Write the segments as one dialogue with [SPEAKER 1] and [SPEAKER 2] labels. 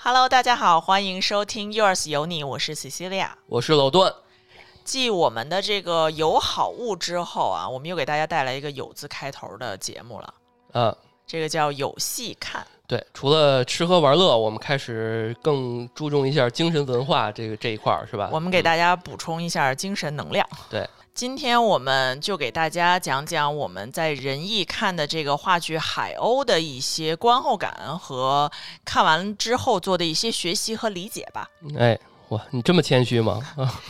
[SPEAKER 1] Hello，大家好，欢迎收听 Yours 有你，我是 Cecilia。
[SPEAKER 2] 我是老段，
[SPEAKER 1] 继我们的这个有好物之后啊，我们又给大家带来一个有字开头的节目了，
[SPEAKER 2] 呃，
[SPEAKER 1] 这个叫有戏看。
[SPEAKER 2] 对，除了吃喝玩乐，我们开始更注重一下精神文化这个这一块儿，是吧？
[SPEAKER 1] 我们给大家补充一下精神能量。
[SPEAKER 2] 对，
[SPEAKER 1] 今天我们就给大家讲讲我们在仁义看的这个话剧《海鸥》的一些观后感和看完之后做的一些学习和理解吧。
[SPEAKER 2] 嗯哎，哇，你这么谦虚吗？ 啊，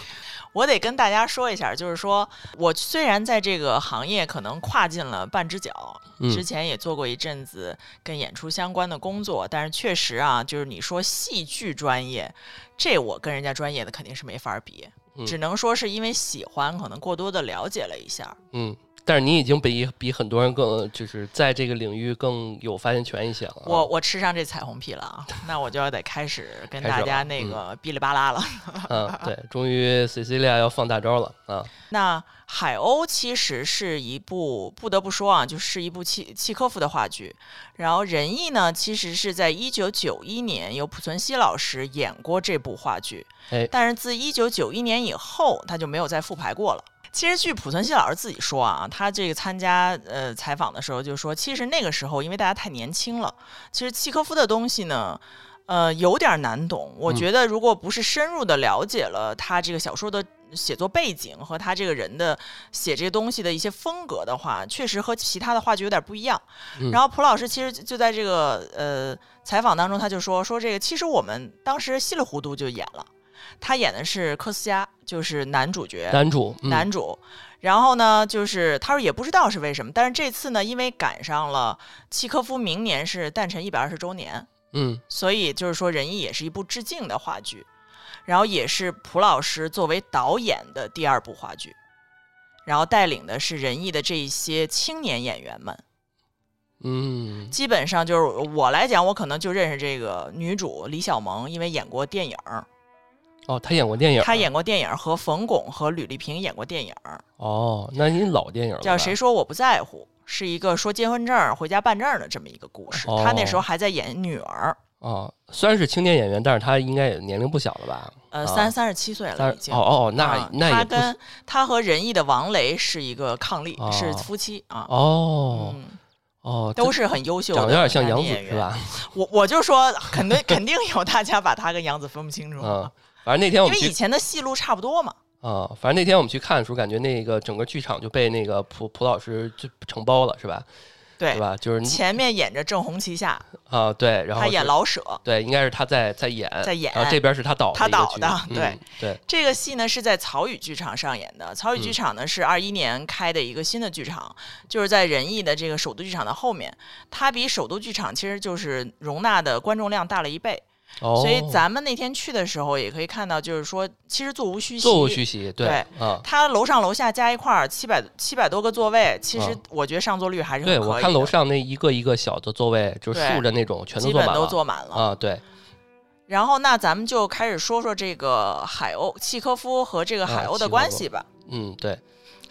[SPEAKER 1] 我得跟大家说一下，就是说我虽然在这个行业可能跨进了半只脚，
[SPEAKER 2] 嗯
[SPEAKER 1] 之前也做过一阵子跟演出相关的工作，但是确实啊，就是你说戏剧专业，这我跟人家专业的肯定是没法比，
[SPEAKER 2] 嗯
[SPEAKER 1] 只能说是因为喜欢，可能过多的了解了一下。
[SPEAKER 2] 嗯，但是你已经比比很多人更，就是在这个领域更有发言权一些了啊。
[SPEAKER 1] 我我吃上这彩虹屁了啊，那我就要得开始跟
[SPEAKER 2] 开始
[SPEAKER 1] 大
[SPEAKER 2] 了
[SPEAKER 1] 家那
[SPEAKER 2] 嗯
[SPEAKER 1] 个哔哩吧啦了。
[SPEAKER 2] 嗯，对，终于 Cecilia 要放大招了啊！
[SPEAKER 1] 那《海鸥》其实是一部不得不说啊，就是一部契契科夫的话剧。然后《仁义》呢，其实是在一九九一年由濮存昕老师演过这部话剧，
[SPEAKER 2] 哎，
[SPEAKER 1] 但是自一九九一年以后，他就没有再复排过了。其实据濮存昕老师自己说啊，他这个参加呃采访的时候就说，其实那个时候因为大家太年轻了，其实契科夫的东西呢。呃，有点难懂。我
[SPEAKER 2] 嗯
[SPEAKER 1] 觉得，如果不是深入的了解了他这个小说的写作背景和他这个人的写这些东西的一些风格的话，确实和其他的话剧有点不一样。
[SPEAKER 2] 嗯
[SPEAKER 1] 然后蒲老师其实就在这个呃采访当中，他就说说这个，其实我们当时稀里糊涂就演了。他演的是科斯加，就是男主角，
[SPEAKER 2] 男主，嗯、
[SPEAKER 1] 男主。然后呢，就是他说也不知道是为什么，但是这次呢，因为赶上了契科夫明年是诞辰一百二十周年，
[SPEAKER 2] 嗯，
[SPEAKER 1] 所以就是说仁义也是一部致敬的话剧，然后也是蒲老师作为导演的第二部话剧，然后带领的是仁义的这一些青年演员们。
[SPEAKER 2] 嗯，
[SPEAKER 1] 基本上就是我来讲，我可能就认识这个女主李小萌，因为演过电影儿，
[SPEAKER 2] 哦，他演过电影，
[SPEAKER 1] 她演过电影儿和冯巩和吕丽萍演过电影儿，
[SPEAKER 2] 哦，那你老电影了
[SPEAKER 1] 叫
[SPEAKER 2] 吧
[SPEAKER 1] 《谁？说我不在乎》，是一个说结婚证儿回家办证儿的这么一个故事。她那时候还在演女儿，
[SPEAKER 2] 哦，虽然是青年演员，但是他应该也年龄不小了吧？
[SPEAKER 1] 呃，
[SPEAKER 2] 啊
[SPEAKER 1] 三三十七岁了
[SPEAKER 2] 但
[SPEAKER 1] 已
[SPEAKER 2] 是
[SPEAKER 1] 经。
[SPEAKER 2] 哦哦，哦那、
[SPEAKER 1] 啊
[SPEAKER 2] 那
[SPEAKER 1] 她
[SPEAKER 2] 也不
[SPEAKER 1] 跟她和仁义的王雷是一个伉俪，
[SPEAKER 2] 哦
[SPEAKER 1] 是夫妻啊，
[SPEAKER 2] 哦、
[SPEAKER 1] 嗯，
[SPEAKER 2] 哦，
[SPEAKER 1] 都是很优秀的，
[SPEAKER 2] 长得有点像杨紫
[SPEAKER 1] 演员
[SPEAKER 2] 是？吧？
[SPEAKER 1] 我我就说，肯定 肯定有大家把她跟杨紫分不清楚，啊
[SPEAKER 2] 嗯，反 正那天我
[SPEAKER 1] 因
[SPEAKER 2] 们
[SPEAKER 1] 为以
[SPEAKER 2] 去
[SPEAKER 1] 前的戏路差不多嘛。
[SPEAKER 2] 啊、反正那天我们去看的时候，感觉那个整个剧场就被那个蒲蒲老师就承包了，是吧？对
[SPEAKER 1] 对，
[SPEAKER 2] 吧？就是
[SPEAKER 1] 前面演着正红旗下，
[SPEAKER 2] 啊、对，然后
[SPEAKER 1] 他演
[SPEAKER 2] 是
[SPEAKER 1] 老舍。
[SPEAKER 2] 对，应该是他在在演，
[SPEAKER 1] 在演
[SPEAKER 2] 然后这边是他导
[SPEAKER 1] 他
[SPEAKER 2] 一个
[SPEAKER 1] 导
[SPEAKER 2] 剧
[SPEAKER 1] 的
[SPEAKER 2] 嗯
[SPEAKER 1] 对
[SPEAKER 2] 对，
[SPEAKER 1] 这个戏呢是在曹禺剧场上演的。曹禺剧场呢
[SPEAKER 2] 嗯
[SPEAKER 1] 是二一年开的一个新的剧场，就是在仁义的这个首都剧场的后面。它比首都剧场其实就是容纳的观众量大了一倍，
[SPEAKER 2] 哦，
[SPEAKER 1] 所以咱们那天去的时候也可以看到，就是说其实座无虚席。
[SPEAKER 2] 座无虚席，对
[SPEAKER 1] 对
[SPEAKER 2] 啊。
[SPEAKER 1] 它楼上楼下加一块儿七百七百多个座位，其实
[SPEAKER 2] 嗯
[SPEAKER 1] 我觉得上座率还是很
[SPEAKER 2] 对，
[SPEAKER 1] 可以
[SPEAKER 2] 我看楼
[SPEAKER 1] 的
[SPEAKER 2] 上那一个一个小的座位，就是
[SPEAKER 1] 对
[SPEAKER 2] 竖着那种，全都
[SPEAKER 1] 基
[SPEAKER 2] 坐
[SPEAKER 1] 本
[SPEAKER 2] 满
[SPEAKER 1] 都
[SPEAKER 2] 了
[SPEAKER 1] 坐满了。
[SPEAKER 2] 啊！对，
[SPEAKER 1] 然后那咱们就开始说说这个海鸥契科夫和这个海鸥
[SPEAKER 2] 啊契科
[SPEAKER 1] 的
[SPEAKER 2] 夫
[SPEAKER 1] 关系吧。
[SPEAKER 2] 嗯，对。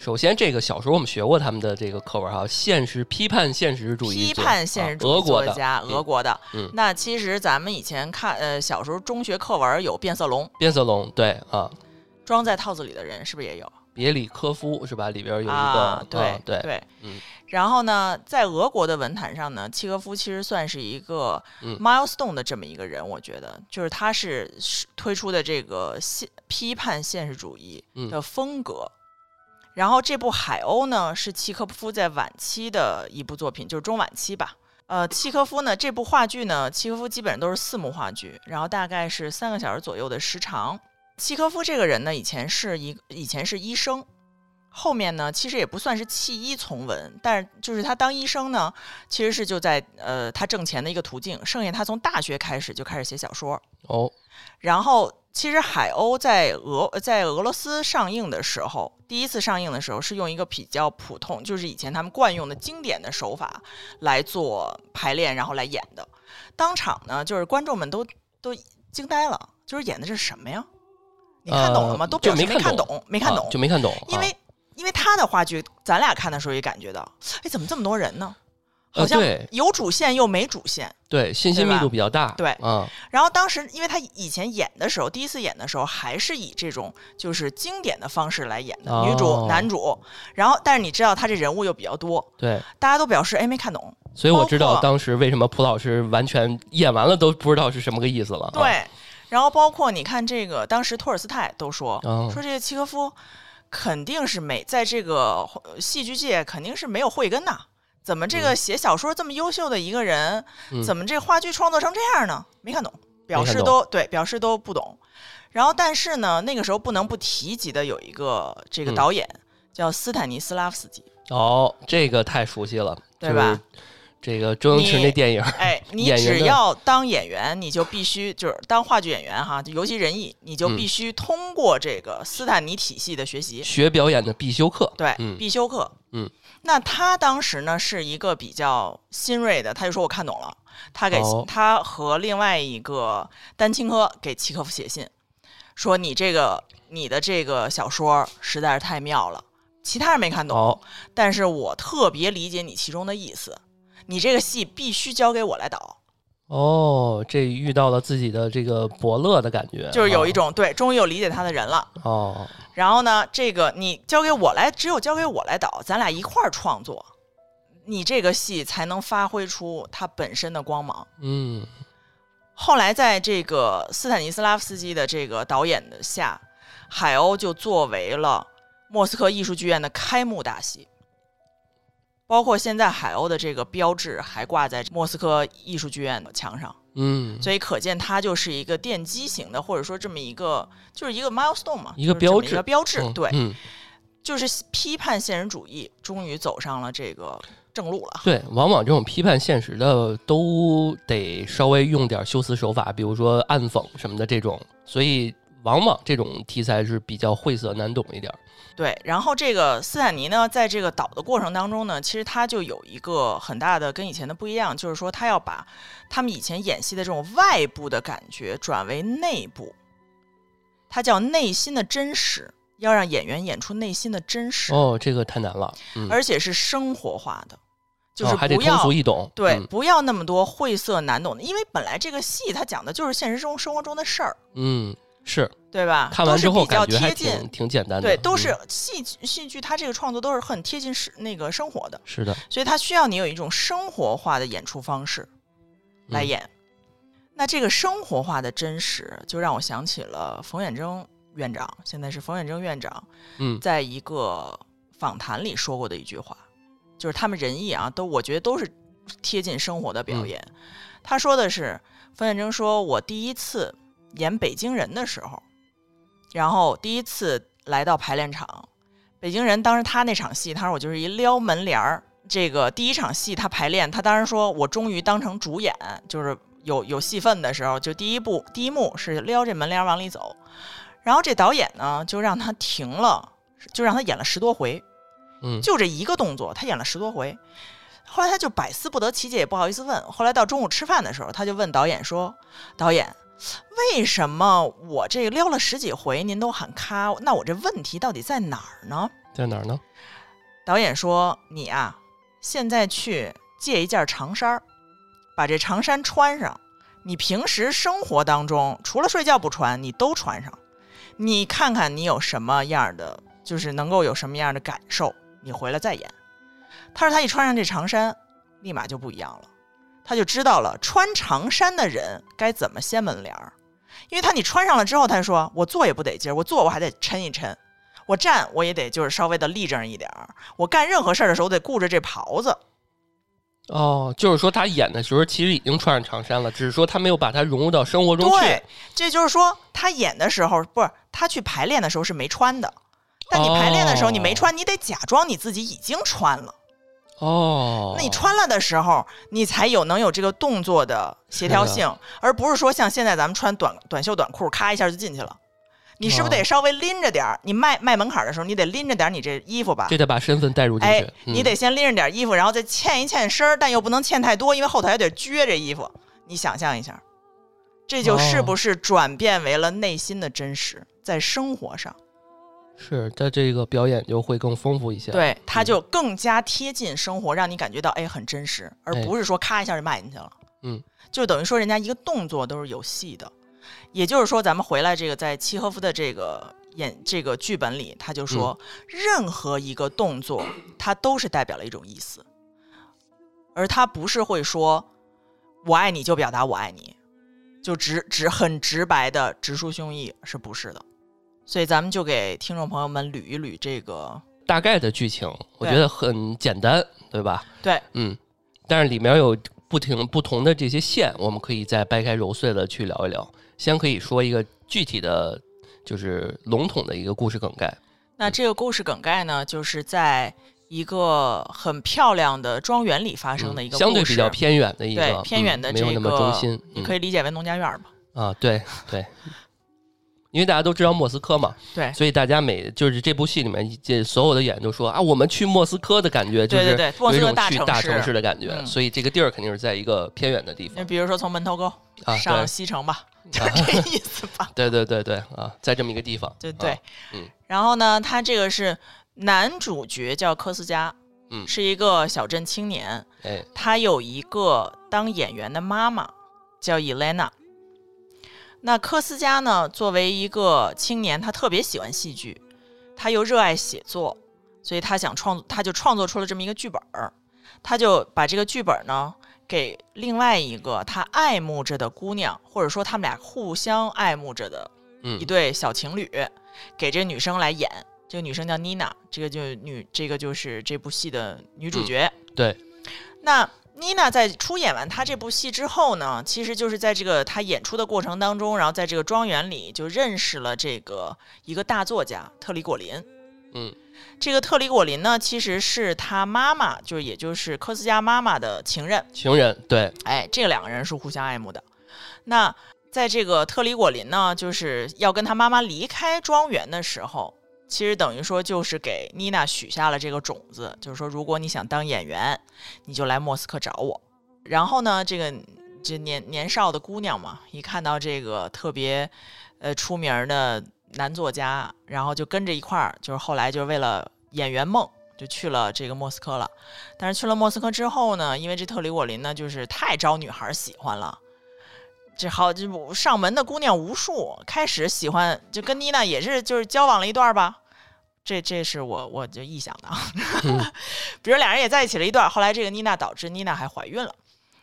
[SPEAKER 2] 首先，这个小时候我们学过他们的这个课文哈，现实批判现实主义
[SPEAKER 1] 批
[SPEAKER 2] 作，
[SPEAKER 1] 判现实主
[SPEAKER 2] 啊、
[SPEAKER 1] 义
[SPEAKER 2] 俄国
[SPEAKER 1] 作
[SPEAKER 2] 的
[SPEAKER 1] 家，
[SPEAKER 2] 嗯
[SPEAKER 1] 俄国的。
[SPEAKER 2] 嗯
[SPEAKER 1] 那其实咱们以前看，呃，小时候中学课文有变色龙，
[SPEAKER 2] 变色龙，对啊，
[SPEAKER 1] 装在套子里的人是不是也有？
[SPEAKER 2] 别里科夫是吧？里边有一个
[SPEAKER 1] 啊
[SPEAKER 2] 啊，
[SPEAKER 1] 对、
[SPEAKER 2] 对
[SPEAKER 1] 对，
[SPEAKER 2] 嗯
[SPEAKER 1] 然后呢，在俄国的文坛上呢，契诃夫其实算是一个
[SPEAKER 2] 嗯
[SPEAKER 1] milestone 的这么一个人，我觉得就是他是是推出的这个现批判现实主义
[SPEAKER 2] 嗯
[SPEAKER 1] 的风格。然后这部《海鸥》呢，是契诃夫在晚期的一部作品，就是中晚期吧。呃，契诃夫呢，这部话剧呢，契诃夫基本上都是四幕话剧，然后大概是三个小时左右的时长。契诃夫这个人呢，以前是一以前是医生，后面呢，其实也不算是弃医从文，但是就是他当医生呢，其实是就在呃他挣钱的一个途径。剩下他从大学开始就开始写小说，
[SPEAKER 2] 哦，
[SPEAKER 1] 然后其实《海鸥》在俄在俄罗斯上映的时候，第一次上映的时候是用一个比较普通，就是以前他们惯用的经典的手法来做排练，然后来演的。当场呢，就是观众们都都惊呆了，就是演的这是什么呀？你看懂了吗？
[SPEAKER 2] 呃
[SPEAKER 1] 都
[SPEAKER 2] 就
[SPEAKER 1] 表示
[SPEAKER 2] 没
[SPEAKER 1] 看
[SPEAKER 2] 看懂
[SPEAKER 1] 懂，没看懂
[SPEAKER 2] 啊，就没看懂，
[SPEAKER 1] 因为、
[SPEAKER 2] 啊
[SPEAKER 1] 因为他的话剧，咱俩看的时候也感觉到，哎，怎么这么多人呢？好像
[SPEAKER 2] 呃对
[SPEAKER 1] 有主线又没主线。
[SPEAKER 2] 对，信息
[SPEAKER 1] 对吧
[SPEAKER 2] 密度比较大，
[SPEAKER 1] 对
[SPEAKER 2] 啊，
[SPEAKER 1] 然后当时，因为他以前演的时候，第一次演的时候还是以这种就是经典的方式来演的，女
[SPEAKER 2] 哦
[SPEAKER 1] 主、男主。然后，但是你知道他这人物又比较多，
[SPEAKER 2] 对，
[SPEAKER 1] 大家都表示哎没看懂。
[SPEAKER 2] 所以我
[SPEAKER 1] 包
[SPEAKER 2] 知道
[SPEAKER 1] 括
[SPEAKER 2] 当时为什么蒲老师完全演完了都不知道是什么个意思了，啊，
[SPEAKER 1] 对，哦然后包括你看这个，当时托尔斯泰都说
[SPEAKER 2] 哦
[SPEAKER 1] 说这个契诃夫肯定是没在这个呃戏剧界肯定是没有慧根呐。怎么这个写小说这么优秀的一个人，
[SPEAKER 2] 嗯
[SPEAKER 1] 怎么这话剧创作成这样呢？没看懂，表
[SPEAKER 2] 看
[SPEAKER 1] 示
[SPEAKER 2] 懂
[SPEAKER 1] 都对，表示都不懂。然后，但是呢，那个时候不能不提及的有一个这个
[SPEAKER 2] 嗯
[SPEAKER 1] 导演、叫斯坦尼斯拉夫斯基，
[SPEAKER 2] 哦，这个太熟悉了，
[SPEAKER 1] 对吧？
[SPEAKER 2] 这个周星驰
[SPEAKER 1] 你
[SPEAKER 2] 那电影，
[SPEAKER 1] 哎，你
[SPEAKER 2] 演员
[SPEAKER 1] 只
[SPEAKER 2] 的
[SPEAKER 1] 要当演员，你就必须就是当话剧演员哈，就尤其人艺，你
[SPEAKER 2] 嗯
[SPEAKER 1] 就必须通过这个斯坦尼体系的学习，
[SPEAKER 2] 学表演的必修课，
[SPEAKER 1] 对，
[SPEAKER 2] 嗯
[SPEAKER 1] 必修课。
[SPEAKER 2] 嗯，
[SPEAKER 1] 那他当时呢是一个比较新锐的，他就说我看懂了，他给、
[SPEAKER 2] 哦
[SPEAKER 1] 他和另外一个丹青科给契诃夫写信，说你这个你的这个小说实在是太妙了，其他人没看懂，
[SPEAKER 2] 哦，
[SPEAKER 1] 但是我特别理解你其中的意思，你这个戏必须交给我来导。
[SPEAKER 2] 哦，这遇到了自己的这个伯乐的感觉，
[SPEAKER 1] 就是有一
[SPEAKER 2] 啊
[SPEAKER 1] 种对，终于有理解他的人了。
[SPEAKER 2] 哦，
[SPEAKER 1] 然后呢，这个你交给我来，只有交给我来导，咱俩一块儿创作，你这个戏才能发挥出它本身的光芒。
[SPEAKER 2] 嗯，
[SPEAKER 1] 后来，在这个斯坦尼斯拉夫斯基的这个导演的下，海鸥就作为了莫斯科艺术剧院的开幕大戏，包括现在海鸥的这个标志还挂在莫斯科艺术剧院的墙上。
[SPEAKER 2] 嗯，
[SPEAKER 1] 所以可见它就是一个奠基型的，或者说这么一个就是一个 milestone 嘛，
[SPEAKER 2] 一个
[SPEAKER 1] 就是这么
[SPEAKER 2] 标志
[SPEAKER 1] 一个标志，
[SPEAKER 2] 嗯
[SPEAKER 1] 对，
[SPEAKER 2] 嗯，
[SPEAKER 1] 就是批判现实主义终于走上了这个正路了。
[SPEAKER 2] 对，往往这种批判现实的都得稍微用点修辞手法，比如说暗讽什么的这种，所以往往这种题材是比较晦涩难懂一点儿。
[SPEAKER 1] 对，然后这个斯坦尼呢，在这个导的过程当中呢，其实他就有一个很大的跟以前的不一样，就是说他要把他们以前演戏的这种外部的感觉转为内部，他叫内心的真实，要让演员演出内心的真实，
[SPEAKER 2] 哦，这个太难了，嗯，
[SPEAKER 1] 而且是生活化的，就
[SPEAKER 2] 哦
[SPEAKER 1] 是
[SPEAKER 2] 还得
[SPEAKER 1] 不
[SPEAKER 2] 通
[SPEAKER 1] 要
[SPEAKER 2] 俗易懂。
[SPEAKER 1] 对，
[SPEAKER 2] 嗯
[SPEAKER 1] 不要那么多晦涩难懂的，因为本来这个戏它讲的就是现实中生活中的事儿，
[SPEAKER 2] 嗯，是
[SPEAKER 1] 对吧？
[SPEAKER 2] 看完之
[SPEAKER 1] 啊都
[SPEAKER 2] 后
[SPEAKER 1] 是比较
[SPEAKER 2] 感觉还
[SPEAKER 1] 贴
[SPEAKER 2] 挺
[SPEAKER 1] 近，
[SPEAKER 2] 挺简单的，
[SPEAKER 1] 对，都
[SPEAKER 2] 嗯
[SPEAKER 1] 是戏剧戏剧，它这个创作都是很贴近是那个生活的，
[SPEAKER 2] 是的，
[SPEAKER 1] 所以它需要你有一种生活化的演出方式来
[SPEAKER 2] 嗯
[SPEAKER 1] 演。那这个生活化的真实，就让我想起了冯远征院长，现在是冯远征院长
[SPEAKER 2] 嗯
[SPEAKER 1] 在一个访谈里说过的一句话，就是他们仁义啊，都我觉得都是贴近生活的表演。他说的是，冯远征说，我第一次演北京人的时候，然后第一次来到排练场，北京人当时他那场戏，他说我就是一撩门帘儿。这个第一场戏他排练，他当时说我终于当成主演，就是有有戏份的时候，就第一部第一幕是撩这门帘儿往里走，然后这导演呢就让他停了，就让他演了十多回，
[SPEAKER 2] 嗯，
[SPEAKER 1] 就这一个动作，他演了十多回。后来他就百思不得其解，也不好意思问。后来到中午吃饭的时候，他就问导演说：“导演，为什么我这撩了十几回您都喊咔，那我这问题到底在哪儿呢
[SPEAKER 2] 在哪儿呢？？”
[SPEAKER 1] 导演说：“你啊，现在去借一件长衫儿，把这长衫穿上。你平时生活当中除了睡觉不穿，你都穿上。你看看你有什么样的，就是能够有什么样的感受，你回来再演。他说他一穿上这长衫，立马就不一样了，他就知道了穿长衫的人该怎么掀门帘儿，因为他你穿上了之后，他说我坐也不得劲儿，我坐我还得抻一抻，我站我也得就是稍微的立正一点儿，我干任何事儿的时候我得顾着这袍子，
[SPEAKER 2] 哦，就是说他演的时候其实已经穿上长衫了，只是说他没有把它融入到生活中去。
[SPEAKER 1] 对，这就是说他演的时候不是他去排练的时候是没穿的，但你排练的时候你没穿，你得假装你自己已经穿了。
[SPEAKER 2] 哦，
[SPEAKER 1] 那你穿了的时候，你才有能有这个动作的协调
[SPEAKER 2] 是的
[SPEAKER 1] 性，而不是说像现在咱们穿短短袖短裤，咔一下就进去了。你是不是
[SPEAKER 2] 哦
[SPEAKER 1] 得稍微拎着点儿？你迈迈门槛儿的时候，你得拎着点儿你这衣服吧
[SPEAKER 2] 这？得把身份带入进去。
[SPEAKER 1] 哎，
[SPEAKER 2] 嗯
[SPEAKER 1] 你得先拎着点儿衣服，然后再欠一欠身儿，但又不能欠太多，因为后台有点撅着衣服。你想象一下，这就
[SPEAKER 2] 哦
[SPEAKER 1] 是不是转变为了内心的真实，在生活上？
[SPEAKER 2] 是他这个表演就会更丰富一些。，
[SPEAKER 1] 对，它就更加贴近生活，让你感觉到哎很真实，而
[SPEAKER 2] 哎
[SPEAKER 1] 不是说咔一下就迈进去了。
[SPEAKER 2] 嗯，
[SPEAKER 1] 就等于说人家一个动作都是有戏的，也就是说咱们回来这个在契诃夫的这个演这个剧本里，他就说、
[SPEAKER 2] 嗯
[SPEAKER 1] 任何一个动作它都是代表了一种意思，而他不是会说我爱你就表达我爱你，就直直很直白的直抒胸臆是不是的？所以咱们就给听众朋友们捋一捋这个
[SPEAKER 2] 大概的剧情我
[SPEAKER 1] 对
[SPEAKER 2] 觉得很简单，对吧？
[SPEAKER 1] 对，
[SPEAKER 2] 嗯，但是里面有不停不同的这些线，我们可以再掰开揉碎了去聊一聊。先可以说一个具体的，就是笼统的一个故事梗概。
[SPEAKER 1] 那这个故事梗概呢，就是在一个很漂亮的庄园里发生的一个故事，
[SPEAKER 2] 嗯相对比较偏远的一个，
[SPEAKER 1] 对偏远的
[SPEAKER 2] 嗯
[SPEAKER 1] 这个，
[SPEAKER 2] 没有那么中心。
[SPEAKER 1] 你可
[SPEAKER 2] 以、
[SPEAKER 1] 以理解为农家院儿吧？
[SPEAKER 2] 啊，对对，因为大家都知道莫斯科嘛，
[SPEAKER 1] 对，
[SPEAKER 2] 所以大家每就是这部戏里面这所有的演员都说啊，我们去莫斯科的感觉就
[SPEAKER 1] 对
[SPEAKER 2] 是
[SPEAKER 1] 对对莫斯
[SPEAKER 2] 有一
[SPEAKER 1] 科
[SPEAKER 2] 种
[SPEAKER 1] 大
[SPEAKER 2] 去
[SPEAKER 1] 城
[SPEAKER 2] 大
[SPEAKER 1] 市
[SPEAKER 2] 城市的感觉，
[SPEAKER 1] 嗯
[SPEAKER 2] 所以这个地儿肯定是在一个偏远的地
[SPEAKER 1] 那
[SPEAKER 2] 方
[SPEAKER 1] 比如说从门头沟
[SPEAKER 2] 啊，
[SPEAKER 1] 上西城吧，就这意思 吧？
[SPEAKER 2] 对对对对对啊，在这么一个地方，
[SPEAKER 1] 对对、
[SPEAKER 2] 啊嗯
[SPEAKER 1] 然后呢，他这个是男主角叫科斯加，
[SPEAKER 2] 嗯
[SPEAKER 1] 是一个小镇青年，
[SPEAKER 2] 哎，
[SPEAKER 1] 他有一个当演员的妈妈，叫伊莲娜。那科斯加呢，作为一个青年，他特别喜欢戏剧，他又热爱写作，所以他想创，他就创作出了这么一个剧本儿。他就把这个剧本呢给另外一个他爱慕着的姑娘，或者说他们俩互相爱慕着的
[SPEAKER 2] 嗯
[SPEAKER 1] 一，对小情侣，给这女生来演。这个女生叫妮娜，这个就女，这个就是这部戏的女主角。
[SPEAKER 2] 嗯对，
[SPEAKER 1] 那妮娜在出演完她这部戏之后呢，其实就是在这个她演出的过程当中，然后在这个庄园里就认识了这个一个大作家特里果林。
[SPEAKER 2] 嗯，
[SPEAKER 1] 这个特里果林呢，其实是她妈妈，就是也就是科斯加妈妈的情人。
[SPEAKER 2] 情人对，
[SPEAKER 1] 哎，这两个人是互相爱慕的。那在这个特里果林呢，就是要跟他妈妈离开庄园的时候，其实等于说就是给妮娜许下了这个种子，就是说如果你想当演员，你就来莫斯科找我。然后呢，这个这年年少的姑娘嘛，一看到这个特别呃出名儿的男作家，然后就跟着一块儿，就是后来就是为了演员梦，就去了这个莫斯科了。但是去了莫斯科之后呢，因为这特里果林呢，就是太招女孩喜欢了。这好，这不上门的姑娘无数。开始喜欢，就跟妮娜也是，就是交往了一段儿吧。这这是我我就臆想的啊。 比如俩人也在一起了一段儿，后来这个妮娜导致妮娜还怀孕了。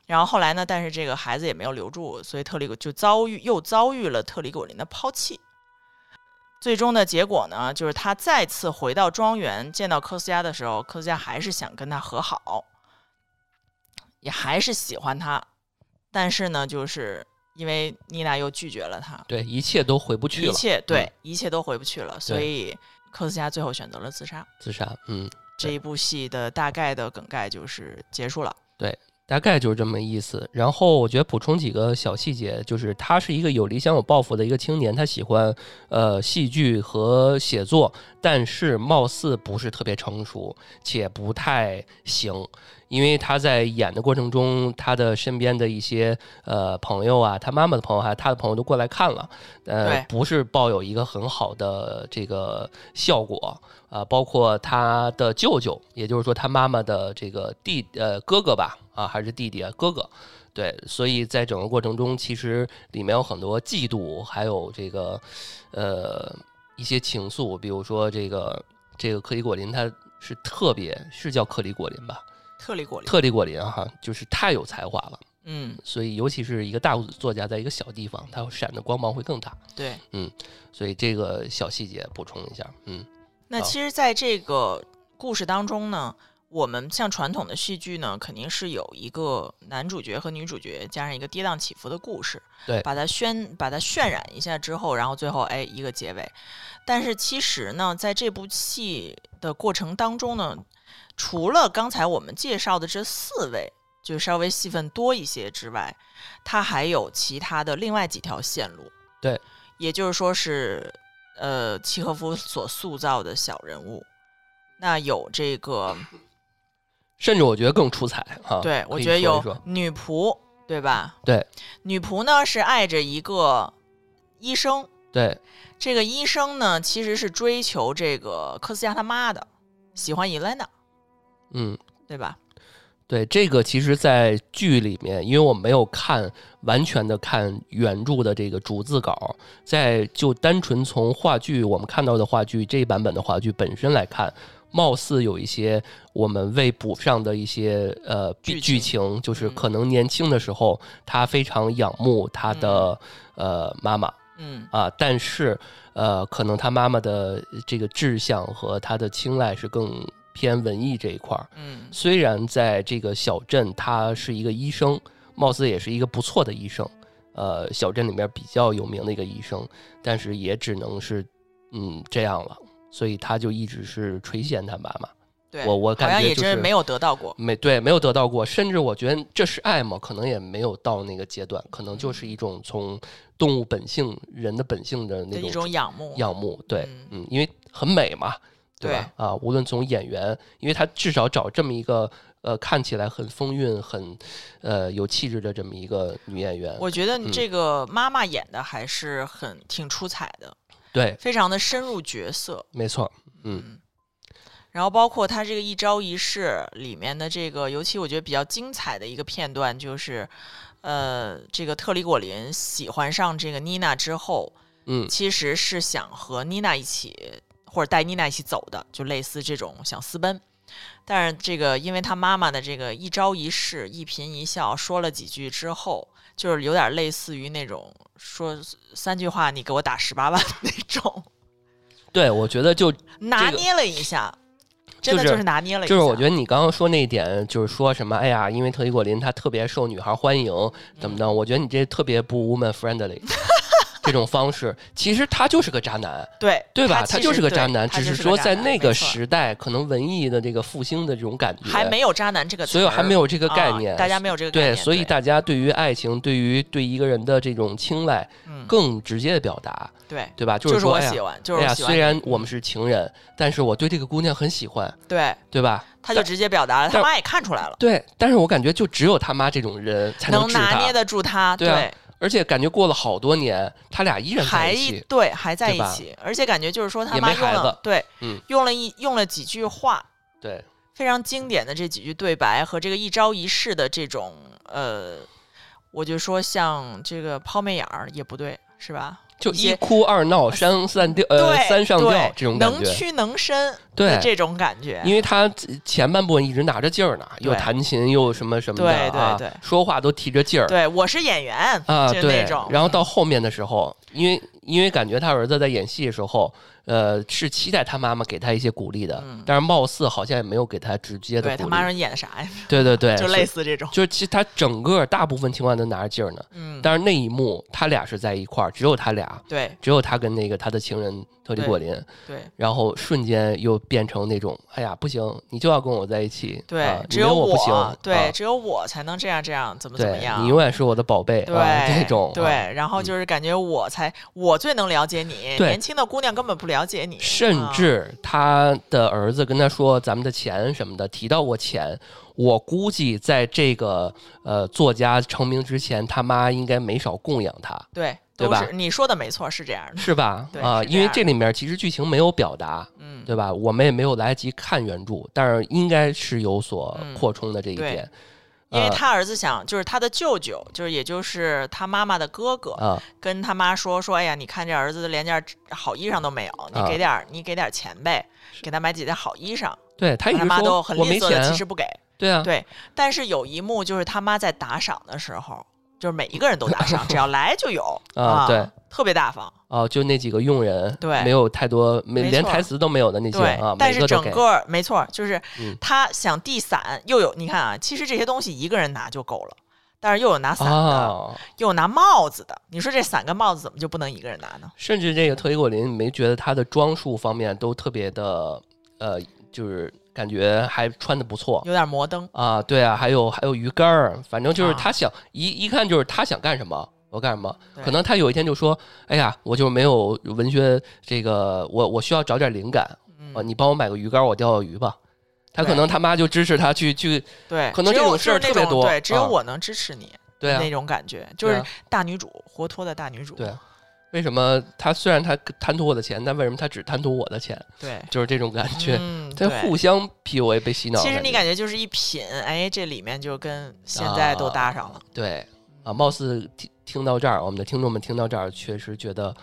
[SPEAKER 1] 然后后来呢，但是这个孩子也没有留住，所以特里果就遭遇又遭遇了特里果林的抛弃。最终的结果呢，就是他再次回到庄园，见到科斯加的时候，科斯加还是想跟他和好，也还是喜欢他，但是呢，就是因为妮娜又拒绝了他，
[SPEAKER 2] 对，一切都回不去
[SPEAKER 1] 一
[SPEAKER 2] 了，
[SPEAKER 1] 切
[SPEAKER 2] 嗯
[SPEAKER 1] 对，一切都回不去了，所以科斯加最后选择了自杀。
[SPEAKER 2] 自杀，嗯，
[SPEAKER 1] 这一部戏的大概的梗概就是结束了。
[SPEAKER 2] 大概就是这么意思。然后我觉得补充几个小细节，就是他是一个有理想、有抱负的一个青年，他喜欢呃戏剧和写作，但是貌似不是特别成熟，且不太行。因为他在演的过程中，他的身边的一些呃朋友啊，他妈妈的朋友还有他的朋友都过来看了，呃
[SPEAKER 1] 对，
[SPEAKER 2] 不是抱有一个很好的这个效果啊、包括他的舅舅，也就是说他妈妈的这个弟呃哥哥吧，啊还是弟弟啊哥哥，对，所以在整个过程中，其实里面有很多嫉妒，还有这个呃一些情愫，比如说这个这个克里果林，他是特别是叫克里果林吧，
[SPEAKER 1] 特里果林，
[SPEAKER 2] 特里果林哈、就是太有才华了，
[SPEAKER 1] 嗯，
[SPEAKER 2] 所以尤其是一个大作家在一个小地方，他闪的光芒会更大，
[SPEAKER 1] 对。
[SPEAKER 2] 所以这个小细节补充一下，嗯
[SPEAKER 1] 那
[SPEAKER 2] 好
[SPEAKER 1] 其实，在这个故事当中呢，我们像传统的戏剧呢，肯定是有一个男主角和女主角加上一个跌宕起伏的故事，
[SPEAKER 2] 对
[SPEAKER 1] 把它渲把它渲染一下之后，然后最后哎一个结尾。但是其实呢，在这部戏的过程当中呢，除了刚才我们介绍的这四位。就稍微戏份多一些之外，它还有其他的另外几条线路。
[SPEAKER 2] 对，
[SPEAKER 1] 也就是说是呃契诃夫所塑造的小人物。那有这个，
[SPEAKER 2] 甚至我觉得更出彩哈、
[SPEAKER 1] 对
[SPEAKER 2] 哦可
[SPEAKER 1] 我
[SPEAKER 2] 以
[SPEAKER 1] 觉得
[SPEAKER 2] 说一
[SPEAKER 1] 有
[SPEAKER 2] 说
[SPEAKER 1] 女仆，对吧？
[SPEAKER 2] 对，
[SPEAKER 1] 女仆呢是爱着一个医生，
[SPEAKER 2] 对，
[SPEAKER 1] 这个医生呢，其实是追求这个科斯嘉他妈的，喜欢伊莱娜，
[SPEAKER 2] 嗯，
[SPEAKER 1] 对吧？
[SPEAKER 2] 对，这个其实，在剧里面，因为我没有看完全的看原著的这个逐字稿，在就单纯从话剧我们看到的话剧这一版本的话剧本身来看，貌似有一些我们未补上的一些呃
[SPEAKER 1] 剧
[SPEAKER 2] 剧
[SPEAKER 1] 情
[SPEAKER 2] 情，就是
[SPEAKER 1] 嗯
[SPEAKER 2] 可能年轻的时候他非常仰慕他的、呃妈妈，
[SPEAKER 1] 嗯
[SPEAKER 2] 啊，但是呃，可能他妈妈的这个志向和他的青睐是更偏文艺这一块儿。
[SPEAKER 1] 嗯
[SPEAKER 2] 虽然在这个小镇，他是一个医生，貌似也是一个不错的医生，呃，小镇里面比较有名的一个医生，但是也只能是嗯这样了。所以他就一直是垂涎他妈妈，
[SPEAKER 1] 对，
[SPEAKER 2] 我我感
[SPEAKER 1] 好像
[SPEAKER 2] 觉
[SPEAKER 1] 也
[SPEAKER 2] 就
[SPEAKER 1] 真
[SPEAKER 2] 是
[SPEAKER 1] 没有得到过。
[SPEAKER 2] 没对没有得到过，甚至我觉得这是爱吗？可能也没有到那个阶段，可能就是一种从动物本性、人的本性的
[SPEAKER 1] 的
[SPEAKER 2] 那
[SPEAKER 1] 一
[SPEAKER 2] 种
[SPEAKER 1] 种仰慕，
[SPEAKER 2] 仰慕，对
[SPEAKER 1] 嗯，
[SPEAKER 2] 嗯，因为很美嘛，吧？啊，无论从演员，因为他至少找这么一个呃看起来很风韵、很呃有气质的这么一个女演员，
[SPEAKER 1] 我觉得
[SPEAKER 2] 嗯
[SPEAKER 1] 这个妈妈演的还是很挺出彩的，
[SPEAKER 2] 对，
[SPEAKER 1] 非常的深入角色。
[SPEAKER 2] 没错，嗯，
[SPEAKER 1] 嗯，然后包括他这个一招一式里面的这个，尤其我觉得比较精彩的一个片段就是，呃，这个特里果林喜欢上这个妮娜之后，
[SPEAKER 2] 嗯，
[SPEAKER 1] 其实是想和妮娜一起，或者带妮娜一起走的，就类似这种想私奔。但是这个，因为他妈妈的这个一招一式、一颦一笑，说了几句之后，就是有点类似于那种说三句话你给我打十八万的那种，
[SPEAKER 2] 对，我觉 得就
[SPEAKER 1] 拿捏了一下，真的
[SPEAKER 2] 就是
[SPEAKER 1] 就是拿捏了一下。
[SPEAKER 2] 就是我觉得你刚刚说那一点，就是说什么，哎呀，因为特里果林他特别受女孩欢迎，
[SPEAKER 1] 嗯
[SPEAKER 2] 怎么的？我觉得你这特别不 woman friendly 这种方式，其实他就是个渣男。
[SPEAKER 1] 对
[SPEAKER 2] 对吧？
[SPEAKER 1] 他
[SPEAKER 2] 他
[SPEAKER 1] 其实
[SPEAKER 2] 就是个
[SPEAKER 1] 对
[SPEAKER 2] 渣男，
[SPEAKER 1] 他
[SPEAKER 2] 只
[SPEAKER 1] 就是
[SPEAKER 2] 说
[SPEAKER 1] 渣
[SPEAKER 2] 在
[SPEAKER 1] 男
[SPEAKER 2] 那
[SPEAKER 1] 没
[SPEAKER 2] 个
[SPEAKER 1] 错
[SPEAKER 2] 时代，可能文艺的这个复兴的这种感觉
[SPEAKER 1] 还没有渣男这个词儿，
[SPEAKER 2] 所以还没有这个概念
[SPEAKER 1] 呃啊大家没有这个概念，
[SPEAKER 2] 对，所以大家对于爱情，对于对一个人的这种青睐，
[SPEAKER 1] 嗯
[SPEAKER 2] 更直接的表达，
[SPEAKER 1] 对，
[SPEAKER 2] 对吧？就
[SPEAKER 1] 就是
[SPEAKER 2] 说，
[SPEAKER 1] 我
[SPEAKER 2] 哎呀
[SPEAKER 1] 喜欢，就
[SPEAKER 2] 哎
[SPEAKER 1] 是
[SPEAKER 2] 呀，
[SPEAKER 1] 我喜欢
[SPEAKER 2] 虽
[SPEAKER 1] 你，
[SPEAKER 2] 然我们是情人，但是我对这个姑娘很喜欢，
[SPEAKER 1] 对，
[SPEAKER 2] 对吧？
[SPEAKER 1] 他就
[SPEAKER 2] 但
[SPEAKER 1] 直接表达了，他
[SPEAKER 2] 但
[SPEAKER 1] 妈也看出来了，
[SPEAKER 2] 对，但是我感觉就只有他妈这种人才
[SPEAKER 1] 能
[SPEAKER 2] 治
[SPEAKER 1] 拿
[SPEAKER 2] 他
[SPEAKER 1] 捏，得住他，
[SPEAKER 2] 对啊而且感觉过了好多年，他俩依然在
[SPEAKER 1] 还
[SPEAKER 2] 一
[SPEAKER 1] 一
[SPEAKER 2] 起。
[SPEAKER 1] 对还在
[SPEAKER 2] 对
[SPEAKER 1] 一
[SPEAKER 2] 吧
[SPEAKER 1] 起，而且感觉就是说他
[SPEAKER 2] 也
[SPEAKER 1] 妈
[SPEAKER 2] 没
[SPEAKER 1] 用
[SPEAKER 2] 孩
[SPEAKER 1] 了
[SPEAKER 2] 子
[SPEAKER 1] 对，
[SPEAKER 2] 嗯
[SPEAKER 1] 用了一用了几句话，
[SPEAKER 2] 对，
[SPEAKER 1] 非常经典的这几句对白和这个一招一式的这种呃，我就说像这个抛媚眼儿也不对，是吧？
[SPEAKER 2] 就
[SPEAKER 1] 一
[SPEAKER 2] 一
[SPEAKER 1] 些
[SPEAKER 2] 哭二闹三散掉，呃，
[SPEAKER 1] 对
[SPEAKER 2] 三上吊
[SPEAKER 1] 对
[SPEAKER 2] 这种感
[SPEAKER 1] 能
[SPEAKER 2] 觉。
[SPEAKER 1] 屈能伸的
[SPEAKER 2] 对，
[SPEAKER 1] 这种感觉，
[SPEAKER 2] 因为他前半部分一直拿着劲儿呢，又
[SPEAKER 1] 对
[SPEAKER 2] 弹琴又什么什么的
[SPEAKER 1] 对
[SPEAKER 2] 啊，
[SPEAKER 1] 对对
[SPEAKER 2] 说话都提着劲儿。
[SPEAKER 1] 对我是演员
[SPEAKER 2] 啊，
[SPEAKER 1] 就是那
[SPEAKER 2] 对
[SPEAKER 1] 种，，嗯
[SPEAKER 2] 然后到后面的时候，因为因为感觉他儿子在演戏的时候，呃，是期待他妈妈给他一些鼓励的，
[SPEAKER 1] 嗯
[SPEAKER 2] 但是貌似好像也没有给他直接的
[SPEAKER 1] 对
[SPEAKER 2] 鼓
[SPEAKER 1] 他
[SPEAKER 2] 励。
[SPEAKER 1] 妈说你演的啥呀？
[SPEAKER 2] 对对对，
[SPEAKER 1] 就类
[SPEAKER 2] 似，
[SPEAKER 1] 似这种，
[SPEAKER 2] 就是其实他整个大部分情况都拿着劲儿呢，
[SPEAKER 1] 嗯，
[SPEAKER 2] 但是那一幕他俩是在一块儿，只有他俩，
[SPEAKER 1] 对
[SPEAKER 2] 只有他跟那个他的情人特里果林，
[SPEAKER 1] 对
[SPEAKER 2] 然后瞬间又变成那种，哎呀，不行，你就要跟我在一起，啊
[SPEAKER 1] 对，
[SPEAKER 2] 你
[SPEAKER 1] 只
[SPEAKER 2] 没
[SPEAKER 1] 有
[SPEAKER 2] 有不行，
[SPEAKER 1] 对
[SPEAKER 2] 啊
[SPEAKER 1] 只有我才能这样这样怎么怎么
[SPEAKER 2] 对，
[SPEAKER 1] 样
[SPEAKER 2] 你。永远是我的宝贝，
[SPEAKER 1] 对、
[SPEAKER 2] 啊、这种，
[SPEAKER 1] 对，
[SPEAKER 2] 啊
[SPEAKER 1] 然后就是感觉我才、我最能了解你，
[SPEAKER 2] 对
[SPEAKER 1] 年轻的姑娘根本不了解你，
[SPEAKER 2] 甚
[SPEAKER 1] 啊
[SPEAKER 2] 至他的儿子跟他说咱们的钱什么的，提到过钱，我估计在这个呃作家成名之前，他妈应该没少供养他，
[SPEAKER 1] 对，
[SPEAKER 2] 对
[SPEAKER 1] 都
[SPEAKER 2] 吧
[SPEAKER 1] 是你说的没错，是这样的，
[SPEAKER 2] 是吧？
[SPEAKER 1] 对
[SPEAKER 2] 啊，
[SPEAKER 1] 是这
[SPEAKER 2] 因为
[SPEAKER 1] 样
[SPEAKER 2] 这里面其实剧情没有表达，
[SPEAKER 1] 嗯，
[SPEAKER 2] 对吧？我们也没有来得及看原著，但是应该是有所
[SPEAKER 1] 嗯
[SPEAKER 2] 扩充的这一
[SPEAKER 1] 对
[SPEAKER 2] 点。
[SPEAKER 1] 因为
[SPEAKER 2] 呃
[SPEAKER 1] 他儿子想，就是他的舅舅，就是也就是他妈妈的哥哥，
[SPEAKER 2] 啊，
[SPEAKER 1] 跟他妈说说，哎呀，你看这儿子连件好衣裳都没有，你
[SPEAKER 2] 啊
[SPEAKER 1] 给点、儿，你给点儿钱呗，给他买几件好衣裳。
[SPEAKER 2] 对他一
[SPEAKER 1] 他
[SPEAKER 2] 直
[SPEAKER 1] 妈都
[SPEAKER 2] 说
[SPEAKER 1] 很
[SPEAKER 2] 我
[SPEAKER 1] 吝
[SPEAKER 2] 没
[SPEAKER 1] 啬的，
[SPEAKER 2] 钱
[SPEAKER 1] 其
[SPEAKER 2] 啊，
[SPEAKER 1] 实不给。
[SPEAKER 2] 对啊，
[SPEAKER 1] 对，但是有一幕就是他妈在打赏的时候，就是每一个人都打 赏，只要来就有
[SPEAKER 2] 啊对，
[SPEAKER 1] 特别大方。
[SPEAKER 2] 哦，就那几个佣人，
[SPEAKER 1] 对
[SPEAKER 2] 没有太多，
[SPEAKER 1] 没
[SPEAKER 2] 没连
[SPEAKER 1] 错
[SPEAKER 2] 台词都没有的那些
[SPEAKER 1] 对，
[SPEAKER 2] 啊，
[SPEAKER 1] 但
[SPEAKER 2] 每
[SPEAKER 1] 是
[SPEAKER 2] 个都
[SPEAKER 1] 整
[SPEAKER 2] 给。
[SPEAKER 1] 个没错，就是
[SPEAKER 2] 嗯
[SPEAKER 1] 他想递伞，又有你看啊，其实这些东西一个人拿就够了。但是又有拿伞的，
[SPEAKER 2] 哦，
[SPEAKER 1] 又有拿帽子的。你说这伞跟帽子怎么就不能一个人拿呢？
[SPEAKER 2] 甚至这个特里果林，你没觉得他的装束方面都特别的，呃，就是感觉还穿的不错
[SPEAKER 1] 有点摩登。
[SPEAKER 2] 啊，对啊，还有还有鱼竿儿，反正就是
[SPEAKER 1] 啊
[SPEAKER 2] 他想、一一看就是他想干什么，我干什么。
[SPEAKER 1] 对
[SPEAKER 2] 可能他有一天就说，哎呀，我就没有文学这个，我我需要找点灵感
[SPEAKER 1] 嗯
[SPEAKER 2] 啊，你帮我买个鱼竿儿，我钓钓鱼吧。他可
[SPEAKER 1] 对
[SPEAKER 2] 能他妈就支持他去去，
[SPEAKER 1] 对，
[SPEAKER 2] 可能
[SPEAKER 1] 只
[SPEAKER 2] 这
[SPEAKER 1] 有
[SPEAKER 2] 种事儿
[SPEAKER 1] 就是那
[SPEAKER 2] 特别
[SPEAKER 1] 种
[SPEAKER 2] 多
[SPEAKER 1] 对，只有
[SPEAKER 2] 啊
[SPEAKER 1] 我能支持你
[SPEAKER 2] 对啊
[SPEAKER 1] 那，种感觉，就
[SPEAKER 2] 对
[SPEAKER 1] 是
[SPEAKER 2] 啊
[SPEAKER 1] 大女主活脱的大女主。
[SPEAKER 2] 对啊为什么他虽然他贪图我的钱，但为什么他只贪图我的钱？
[SPEAKER 1] 对，
[SPEAKER 2] 就是这种感觉，
[SPEAKER 1] 嗯，
[SPEAKER 2] 他
[SPEAKER 1] 对
[SPEAKER 2] 互相 PUA 被洗脑。
[SPEAKER 1] 其实你感觉就是一品，哎，这里面就跟现
[SPEAKER 2] 啊
[SPEAKER 1] 在都搭 上了。
[SPEAKER 2] 对啊，貌似听听到这儿，我们的听众们听到这儿，确实觉得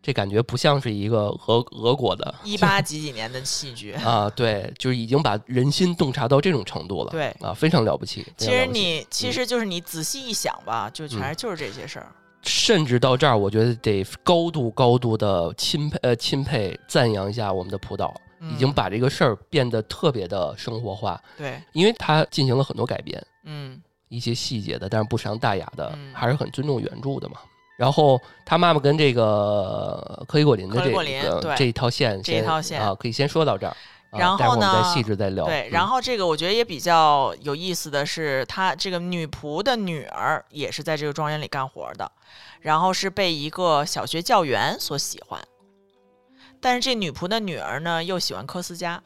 [SPEAKER 2] 这感觉不像是一个俄俄 国的
[SPEAKER 1] 一八几几年的戏 剧，
[SPEAKER 2] 啊，对，就是已经把人心洞察到这种程度了，
[SPEAKER 1] 对
[SPEAKER 2] 啊，非常了不起。
[SPEAKER 1] 其
[SPEAKER 2] 非常
[SPEAKER 1] 实
[SPEAKER 2] 了不起嗯
[SPEAKER 1] 你其实就是你仔细一想吧，就全是就是这些事儿。
[SPEAKER 2] 甚至到这儿，我觉得得高度高度的钦佩呃钦佩赞扬一下我们的朴导，已经
[SPEAKER 1] 嗯
[SPEAKER 2] 把这个事儿变得特别的生活化，
[SPEAKER 1] 对，
[SPEAKER 2] 因为他进行了很多改变。
[SPEAKER 1] 嗯
[SPEAKER 2] 一些细节的，但是不伤大雅的，
[SPEAKER 1] 嗯
[SPEAKER 2] 还是很尊重原著的嘛。然后他妈妈跟这个呃科里果林的
[SPEAKER 1] 科
[SPEAKER 2] 这
[SPEAKER 1] 里果林
[SPEAKER 2] 个
[SPEAKER 1] 对
[SPEAKER 2] 这一套线
[SPEAKER 1] 这一
[SPEAKER 2] 先，
[SPEAKER 1] 套线
[SPEAKER 2] 啊，可以先说到这儿。啊
[SPEAKER 1] 然后
[SPEAKER 2] 待会儿我们再
[SPEAKER 1] 呢
[SPEAKER 2] 细致再聊。
[SPEAKER 1] 对，
[SPEAKER 2] 嗯
[SPEAKER 1] 然后这个我觉得也比较有意思的是，她这个女仆的女儿也是在这个庄园里干活的，然后是被一个小学教员所喜欢，但是这女仆的女儿呢又喜欢科斯加，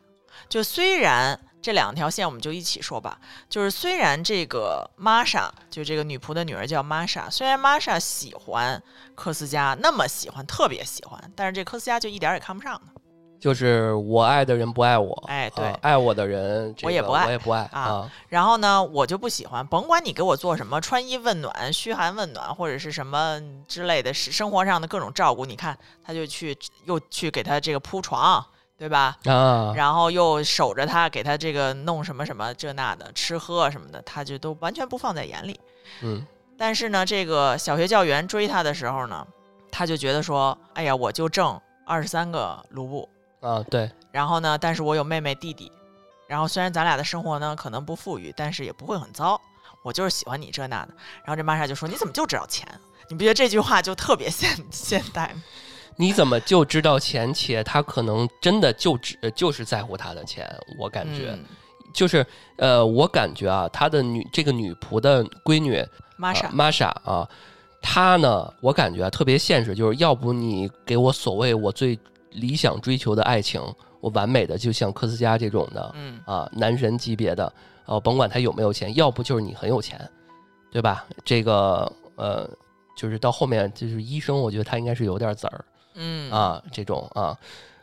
[SPEAKER 1] 就虽然。这两条线我们就一起说吧，就是虽然这个玛莎，就这个女仆的女儿叫玛莎，虽然玛莎喜欢科斯加，那么喜欢，特别喜欢，但是这科斯加就一点儿也看不上她
[SPEAKER 2] 嗯就是我爱的人不爱我，
[SPEAKER 1] 哎
[SPEAKER 2] 啊
[SPEAKER 1] 对
[SPEAKER 2] 爱我的人这
[SPEAKER 1] 我也
[SPEAKER 2] 个
[SPEAKER 1] 不爱
[SPEAKER 2] 我也不爱
[SPEAKER 1] 啊。然后呢，我就不喜欢，甭管你给我做什么穿衣问暖、嘘寒问暖，或者是什么之类的，是生活上的各种照顾。你看，他就去又去给他这个铺床，对吧？
[SPEAKER 2] 啊，
[SPEAKER 1] 然后又守着他，给他这个弄什么什么这那的，吃喝什么的，他就都完全不放在眼里。
[SPEAKER 2] 嗯，
[SPEAKER 1] 但是呢，这个小学教员追他的时候呢，他就觉得说，哎呀，我就挣二十三个卢布，
[SPEAKER 2] 啊，对，
[SPEAKER 1] 然后呢，但是我有妹妹弟弟，然后虽然咱俩的生活呢可能不富裕，但是也不会很糟。我就是喜欢你这那的。然后这玛莎就说：“你怎么就知道钱？”你不觉得这句话就特别现现代吗？
[SPEAKER 2] 你怎么就知道钱？且他可能真的就只呃就是在乎他的钱，我感觉、
[SPEAKER 1] 嗯
[SPEAKER 2] 就是呃，我感觉啊，他的女这个女仆的闺女，
[SPEAKER 1] 玛莎、
[SPEAKER 2] 啊玛莎啊，她呢，我感觉啊特别现实，就是要不你给我所谓我最理想追求的爱情，我完美的就像科斯加这种的
[SPEAKER 1] 嗯，
[SPEAKER 2] 啊，男神级别的，哦、甭管他有没有钱，要不就是你很有钱，对吧？这个呃，就是到后面就是医生，我觉得他应该是有点子儿
[SPEAKER 1] 嗯，
[SPEAKER 2] 啊，这种啊，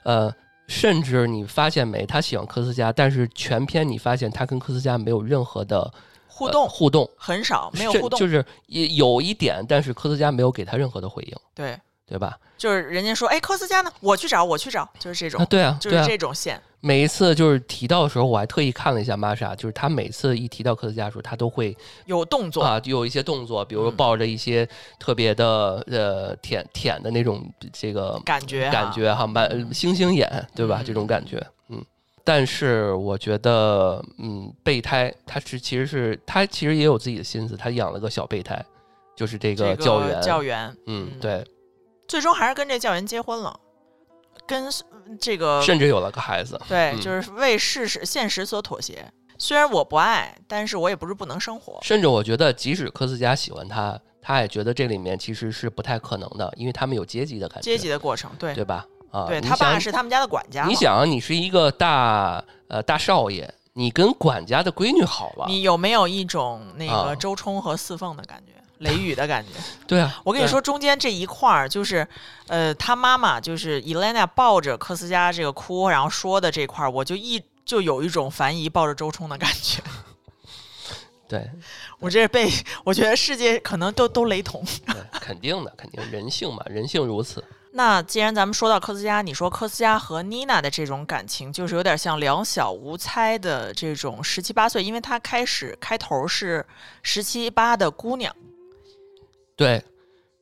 [SPEAKER 2] 呃。甚至你发现没，他喜欢科斯加，但是全篇你发现他跟科斯加没有任何的
[SPEAKER 1] 互
[SPEAKER 2] 呃
[SPEAKER 1] 动、
[SPEAKER 2] 互动，
[SPEAKER 1] 很少，没有
[SPEAKER 2] 是
[SPEAKER 1] 互动。
[SPEAKER 2] 就是也有一点，但是科斯加没有给他任何的回应，
[SPEAKER 1] 对，
[SPEAKER 2] 对吧？
[SPEAKER 1] 就是人家说：“哎，科斯加呢？我去找，我去找。”就是这种，
[SPEAKER 2] 啊，对啊，
[SPEAKER 1] 就
[SPEAKER 2] 对
[SPEAKER 1] 是
[SPEAKER 2] 啊。
[SPEAKER 1] 这种线。
[SPEAKER 2] 每一次就是提到的时候，我还特意看了一下玛莎，就是她每次一提到科斯加的时候，她都会
[SPEAKER 1] 有动作，
[SPEAKER 2] 啊有一些动作，比如说
[SPEAKER 1] 嗯
[SPEAKER 2] 抱着一些特别的、呃舔舔的那种这个
[SPEAKER 1] 感觉、
[SPEAKER 2] 感，觉哈，满呃星星眼，对吧？
[SPEAKER 1] 嗯
[SPEAKER 2] 这种感觉，嗯。但是我觉得，嗯，备胎他是其实是他其实也有自己的心思，他养了个小备胎，就是这
[SPEAKER 1] 这
[SPEAKER 2] 个
[SPEAKER 1] 个
[SPEAKER 2] 教员，
[SPEAKER 1] 教员
[SPEAKER 2] 嗯，
[SPEAKER 1] 嗯
[SPEAKER 2] 对，
[SPEAKER 1] 最终还是跟这教员结婚了，跟嗯这个
[SPEAKER 2] 甚至有了个孩子，
[SPEAKER 1] 对
[SPEAKER 2] 嗯，
[SPEAKER 1] 就是为事实、现实所妥协。虽然我不爱，但是我也不是不能生活。
[SPEAKER 2] 甚至我觉得，即使科斯加喜欢他，他也觉得这里面其实是不太可能的，因为他们有阶级的感
[SPEAKER 1] 阶
[SPEAKER 2] 觉，
[SPEAKER 1] 级的过程，对，
[SPEAKER 2] 对吧？啊，
[SPEAKER 1] 对
[SPEAKER 2] 你
[SPEAKER 1] 他爸
[SPEAKER 2] 想
[SPEAKER 1] 是他们家的管家嘛。
[SPEAKER 2] 你想，你是一个大呃大少爷，你跟管家的闺女好了，
[SPEAKER 1] 你有没有一种那
[SPEAKER 2] 啊
[SPEAKER 1] 个周冲和四凤的感觉，雷雨的感觉？
[SPEAKER 2] 对啊，
[SPEAKER 1] 我跟你
[SPEAKER 2] 对啊，
[SPEAKER 1] 说，中间这一块儿就是，呃，他妈妈就是 Elena 抱着科斯加这个哭，然后说的这块儿，我就一就有一种樊姨抱着周冲的感觉。
[SPEAKER 2] 对
[SPEAKER 1] 我这被我觉得世界可能都都雷同。
[SPEAKER 2] 对，肯定的，肯定人性嘛，人性如此。
[SPEAKER 1] 那既然咱们说到科斯嘉，你说科斯嘉和妮娜的这种感情，就是有点像两小无猜的这种十七八岁，因为她开始开头是十七八的姑娘，
[SPEAKER 2] 对，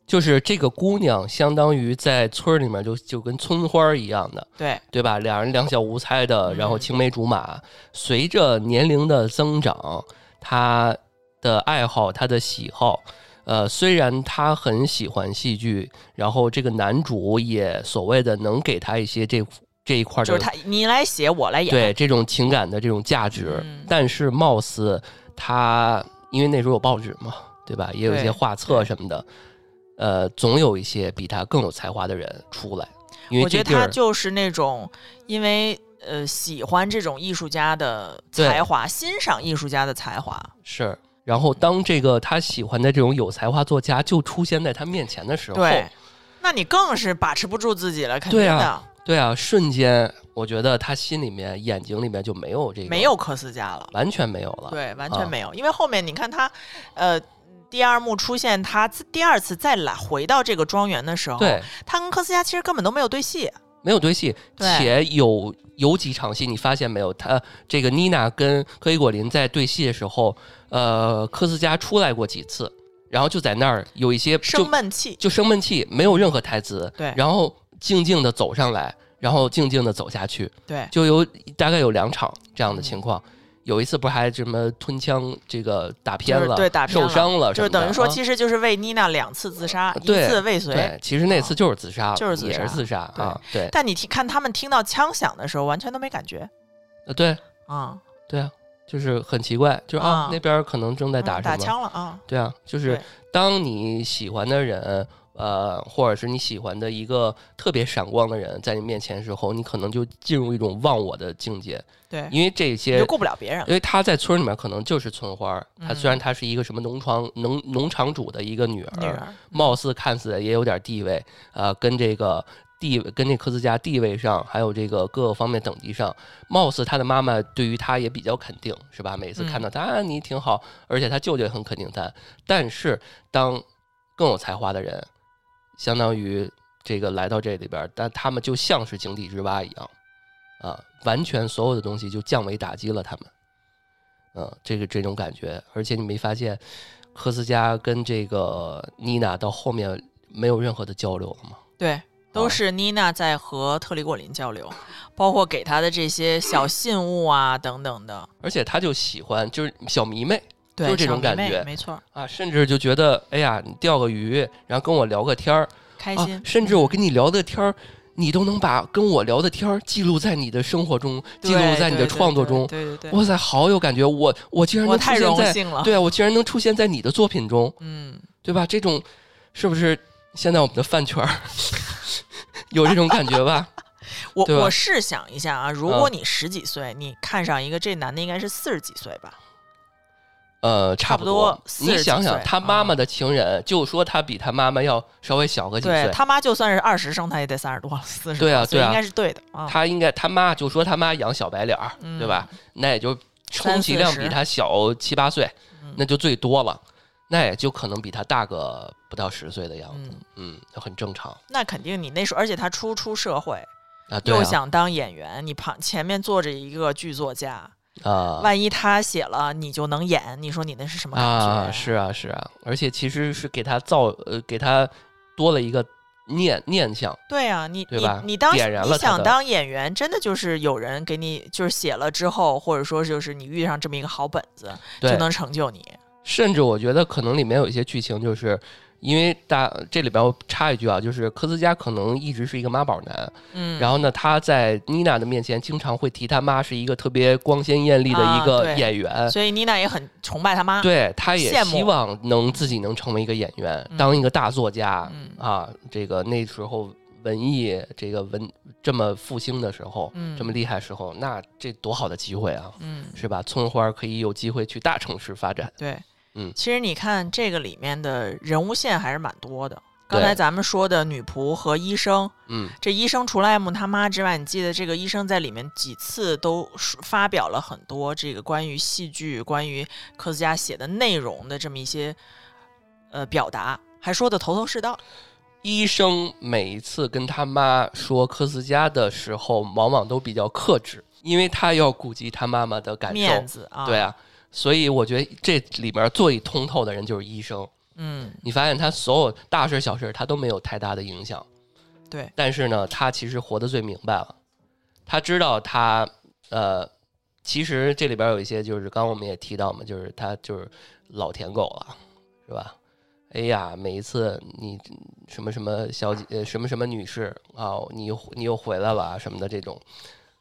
[SPEAKER 2] 就是这个姑娘，相当于在村儿里面就就跟村花儿一样的，
[SPEAKER 1] 对，
[SPEAKER 2] 对吧？两人两小无猜的，
[SPEAKER 1] 嗯
[SPEAKER 2] 然后青梅竹马，随着年龄的增长，他的爱好，他的喜好。呃，虽然他很喜欢戏剧，然后这个男主也所谓的能给他一些这这一块儿
[SPEAKER 1] 就
[SPEAKER 2] 的
[SPEAKER 1] 是她你来写我来演，
[SPEAKER 2] 对这种情感的这种价值，
[SPEAKER 1] 嗯
[SPEAKER 2] 但是貌似他因为那时候有报纸嘛，对吧？也有一些
[SPEAKER 1] 对
[SPEAKER 2] 画册什么的，呃，总有一些比他更有才华的人出来，因为
[SPEAKER 1] 我觉
[SPEAKER 2] 这
[SPEAKER 1] 得
[SPEAKER 2] 地
[SPEAKER 1] 她
[SPEAKER 2] 儿
[SPEAKER 1] 就是那种因为呃喜欢这种艺术家的才华，欣赏艺术家的才华，
[SPEAKER 2] 是。然后，当这个他喜欢的这种有才华作家就出现在他面前的时候，
[SPEAKER 1] 对，那你更是把持不住自己了，肯定
[SPEAKER 2] 对
[SPEAKER 1] 的，
[SPEAKER 2] 啊对啊，瞬间我觉得他心里面、眼睛里面就没有这个，
[SPEAKER 1] 没，有科斯加了，
[SPEAKER 2] 完全没有了。
[SPEAKER 1] 对，完
[SPEAKER 2] 啊
[SPEAKER 1] 全没有，因为后面你看他，呃。第二幕出现他自第二次再来回到这个庄园的时候，
[SPEAKER 2] 对，
[SPEAKER 1] 他跟科斯加其实根本都没有对戏，
[SPEAKER 2] 没有对戏，
[SPEAKER 1] 对
[SPEAKER 2] 且有有几场戏，你发现没有？他这个妮娜跟科伊果林在对戏的时候，呃，科斯加出来过几次，然后就在那儿有一些就
[SPEAKER 1] 生闷气。
[SPEAKER 2] 就生闷气，没有任何台词，
[SPEAKER 1] 对
[SPEAKER 2] 然后静静的走上来，然后静静的走下去，
[SPEAKER 1] 对，
[SPEAKER 2] 就有大概有两场这样的
[SPEAKER 1] 嗯
[SPEAKER 2] 情况。有一次不是还什么吞枪这个打偏
[SPEAKER 1] 就是
[SPEAKER 2] 了，
[SPEAKER 1] 对打偏
[SPEAKER 2] 受
[SPEAKER 1] 了
[SPEAKER 2] 伤了什
[SPEAKER 1] 就
[SPEAKER 2] 么的，
[SPEAKER 1] 是等于说，
[SPEAKER 2] 啊
[SPEAKER 1] 其实就是为妮娜两次自杀，一
[SPEAKER 2] 对
[SPEAKER 1] 次未遂。
[SPEAKER 2] 对，其实那次就是自杀了，
[SPEAKER 1] 啊就是自
[SPEAKER 2] 也
[SPEAKER 1] 杀
[SPEAKER 2] 是自杀
[SPEAKER 1] 对
[SPEAKER 2] 啊，对，
[SPEAKER 1] 但你听看他们听到枪响的时候，完全都没感觉
[SPEAKER 2] 呃对，
[SPEAKER 1] 啊，
[SPEAKER 2] 对啊，就是很奇怪，就是啊
[SPEAKER 1] 啊
[SPEAKER 2] 那边可能正在
[SPEAKER 1] 嗯
[SPEAKER 2] 打什
[SPEAKER 1] 打
[SPEAKER 2] 么，
[SPEAKER 1] 枪了啊，
[SPEAKER 2] 对啊，就是
[SPEAKER 1] 对
[SPEAKER 2] 当你喜欢的人，呃，或者是你喜欢的一个特别闪光的人在你面前的时候，你可能就进入一种忘我的境界，
[SPEAKER 1] 对，
[SPEAKER 2] 因为这
[SPEAKER 1] 你
[SPEAKER 2] 些
[SPEAKER 1] 就。顾不了别人了
[SPEAKER 2] 因。为他在村里面可能就是村花儿，他虽然她是一个什么农场农农场主的一个女
[SPEAKER 1] 嗯女
[SPEAKER 2] 儿，
[SPEAKER 1] 儿，
[SPEAKER 2] 貌似看似也有点地位，呃，跟这个地跟这科斯加地位上，还有这个各个方面等级上，貌似他的妈妈对于他也比较肯定，是吧？每次看到他、啊，你挺好，而且他舅舅也很肯定他。但是当更有才华的人，相当于这个来到这里边儿，但他们就像是井底之蛙一样，啊，完全所有的东西就降维打击了他们。嗯，这个这种感觉，而且你没发现科斯加跟这个妮娜到后面没有任何的交流了吗？
[SPEAKER 1] 对，
[SPEAKER 2] 啊
[SPEAKER 1] 都是妮娜在和特里果林交流，包括给她的这些小信物啊等等的，
[SPEAKER 2] 而且他就喜欢就是小迷妹
[SPEAKER 1] 对，
[SPEAKER 2] 就是这种
[SPEAKER 1] 小迷妹
[SPEAKER 2] 感觉
[SPEAKER 1] 没错，
[SPEAKER 2] 啊，甚至就觉得哎呀，你钓个鱼，然后跟我聊个天儿
[SPEAKER 1] 开
[SPEAKER 2] 啊
[SPEAKER 1] 心，，嗯
[SPEAKER 2] 甚至我跟你聊的天儿，你都能把跟我聊的天儿记录在你的生活中，记录
[SPEAKER 1] 对
[SPEAKER 2] 在你
[SPEAKER 1] 对对
[SPEAKER 2] 的创作
[SPEAKER 1] 对
[SPEAKER 2] 中。
[SPEAKER 1] 对对对，
[SPEAKER 2] 哇塞，好有感觉！我我竟然
[SPEAKER 1] 我
[SPEAKER 2] 能出
[SPEAKER 1] 太
[SPEAKER 2] 现
[SPEAKER 1] 荣
[SPEAKER 2] 在
[SPEAKER 1] 幸了，
[SPEAKER 2] 对啊，我竟然能出现在你的作品中，
[SPEAKER 1] 嗯，
[SPEAKER 2] 对吧？这种是不是现在我们的饭圈儿 有这种感觉吧？
[SPEAKER 1] 我
[SPEAKER 2] 对吧嗯
[SPEAKER 1] 我试想一下啊，如果你十几岁，你看上一个这男的，应该是四十几岁吧？
[SPEAKER 2] 呃，
[SPEAKER 1] 差
[SPEAKER 2] 差
[SPEAKER 1] 不
[SPEAKER 2] 不
[SPEAKER 1] 多40
[SPEAKER 2] 你
[SPEAKER 1] 几
[SPEAKER 2] 想想，
[SPEAKER 1] 岁嗯
[SPEAKER 2] 他妈妈的情人，就说他比他妈妈要稍微小个几
[SPEAKER 1] 对
[SPEAKER 2] 岁。
[SPEAKER 1] 他妈就算是二十生，他也得三十多了，四十，
[SPEAKER 2] 对啊
[SPEAKER 1] 所以
[SPEAKER 2] 对啊
[SPEAKER 1] 应该是对的啊。
[SPEAKER 2] 他应该他妈就说他妈养小白脸儿，
[SPEAKER 1] 嗯
[SPEAKER 2] 对吧？那也就充
[SPEAKER 1] 三
[SPEAKER 2] 其
[SPEAKER 1] 四
[SPEAKER 2] 量
[SPEAKER 1] 十
[SPEAKER 2] 比他小七八岁
[SPEAKER 1] 嗯，
[SPEAKER 2] 那就最多了。那也就可能比他大个不到十岁的样子，
[SPEAKER 1] 嗯，
[SPEAKER 2] 嗯，就很正常
[SPEAKER 1] 那肯定你那时候，而且他初出社会，
[SPEAKER 2] 啊。对
[SPEAKER 1] 又
[SPEAKER 2] 啊，
[SPEAKER 1] 想当演员，你旁前面坐着一个剧作家，
[SPEAKER 2] 啊
[SPEAKER 1] 万一他写了你就能演，你说你那是什么感觉？
[SPEAKER 2] 啊，是啊是啊，而且其实是给他造呃，给他多了一个念念想，
[SPEAKER 1] 对啊，你
[SPEAKER 2] 对
[SPEAKER 1] 你
[SPEAKER 2] 吧
[SPEAKER 1] 你当
[SPEAKER 2] 点燃
[SPEAKER 1] 你
[SPEAKER 2] 了他
[SPEAKER 1] 想
[SPEAKER 2] 的
[SPEAKER 1] 当演员，真的就是有人给你就是写了之后，或者说就是你遇上这么一个好本子，
[SPEAKER 2] 对
[SPEAKER 1] 就，能成就你。
[SPEAKER 2] 甚至我觉得可能里面有一些剧情，就是因为大这里边我插一句啊，就是科斯加可能一直是一个妈宝男，
[SPEAKER 1] 嗯，
[SPEAKER 2] 然后呢，他在妮娜的面前经常会提他妈是一个特别光鲜艳丽的一
[SPEAKER 1] 啊
[SPEAKER 2] 个
[SPEAKER 1] 对
[SPEAKER 2] 演员，
[SPEAKER 1] 所以妮娜也很崇拜他妈。
[SPEAKER 2] 对他也
[SPEAKER 1] 羡慕
[SPEAKER 2] 希望能自己能成为一个演员，
[SPEAKER 1] 嗯
[SPEAKER 2] 当一个大作家、
[SPEAKER 1] 嗯
[SPEAKER 2] 啊。这个那时候文艺这个文这么复兴的时候，
[SPEAKER 1] 嗯
[SPEAKER 2] 这么厉害的时候，那这多好的机会啊，
[SPEAKER 1] 嗯，
[SPEAKER 2] 是吧？村花可以有机会去大城市发展，
[SPEAKER 1] 对，
[SPEAKER 2] 嗯
[SPEAKER 1] 其实你看这个里面的人物线还是蛮多的。
[SPEAKER 2] 对
[SPEAKER 1] 刚才咱们说的女仆和医生，
[SPEAKER 2] 嗯，
[SPEAKER 1] 这医生除了爱慕他妈之外，你记得这个医生在里面几次都说发表了很多这个关于戏剧、关于科斯加写的内容的这么一些呃表达，还说的头头是道。
[SPEAKER 2] 医生每一次跟他妈说科斯加的时候，往往都比较克制，因为他要顾及他妈妈的感受
[SPEAKER 1] 面。子啊，
[SPEAKER 2] 对，啊，所以我觉得这里面最通透的人就是医生。
[SPEAKER 1] 嗯，
[SPEAKER 2] 你发现他所有大事小事他都没有太大的影响，
[SPEAKER 1] 对，
[SPEAKER 2] 但是呢，他其实活得最明白了。他知道他呃，其实这里边有一些就是刚刚我们也提到嘛，就是他就是老舔狗了，是吧？哎呀，每一次你什么什么小姐，呃什么什么女士啊，你又你又回来了啊什么的，这种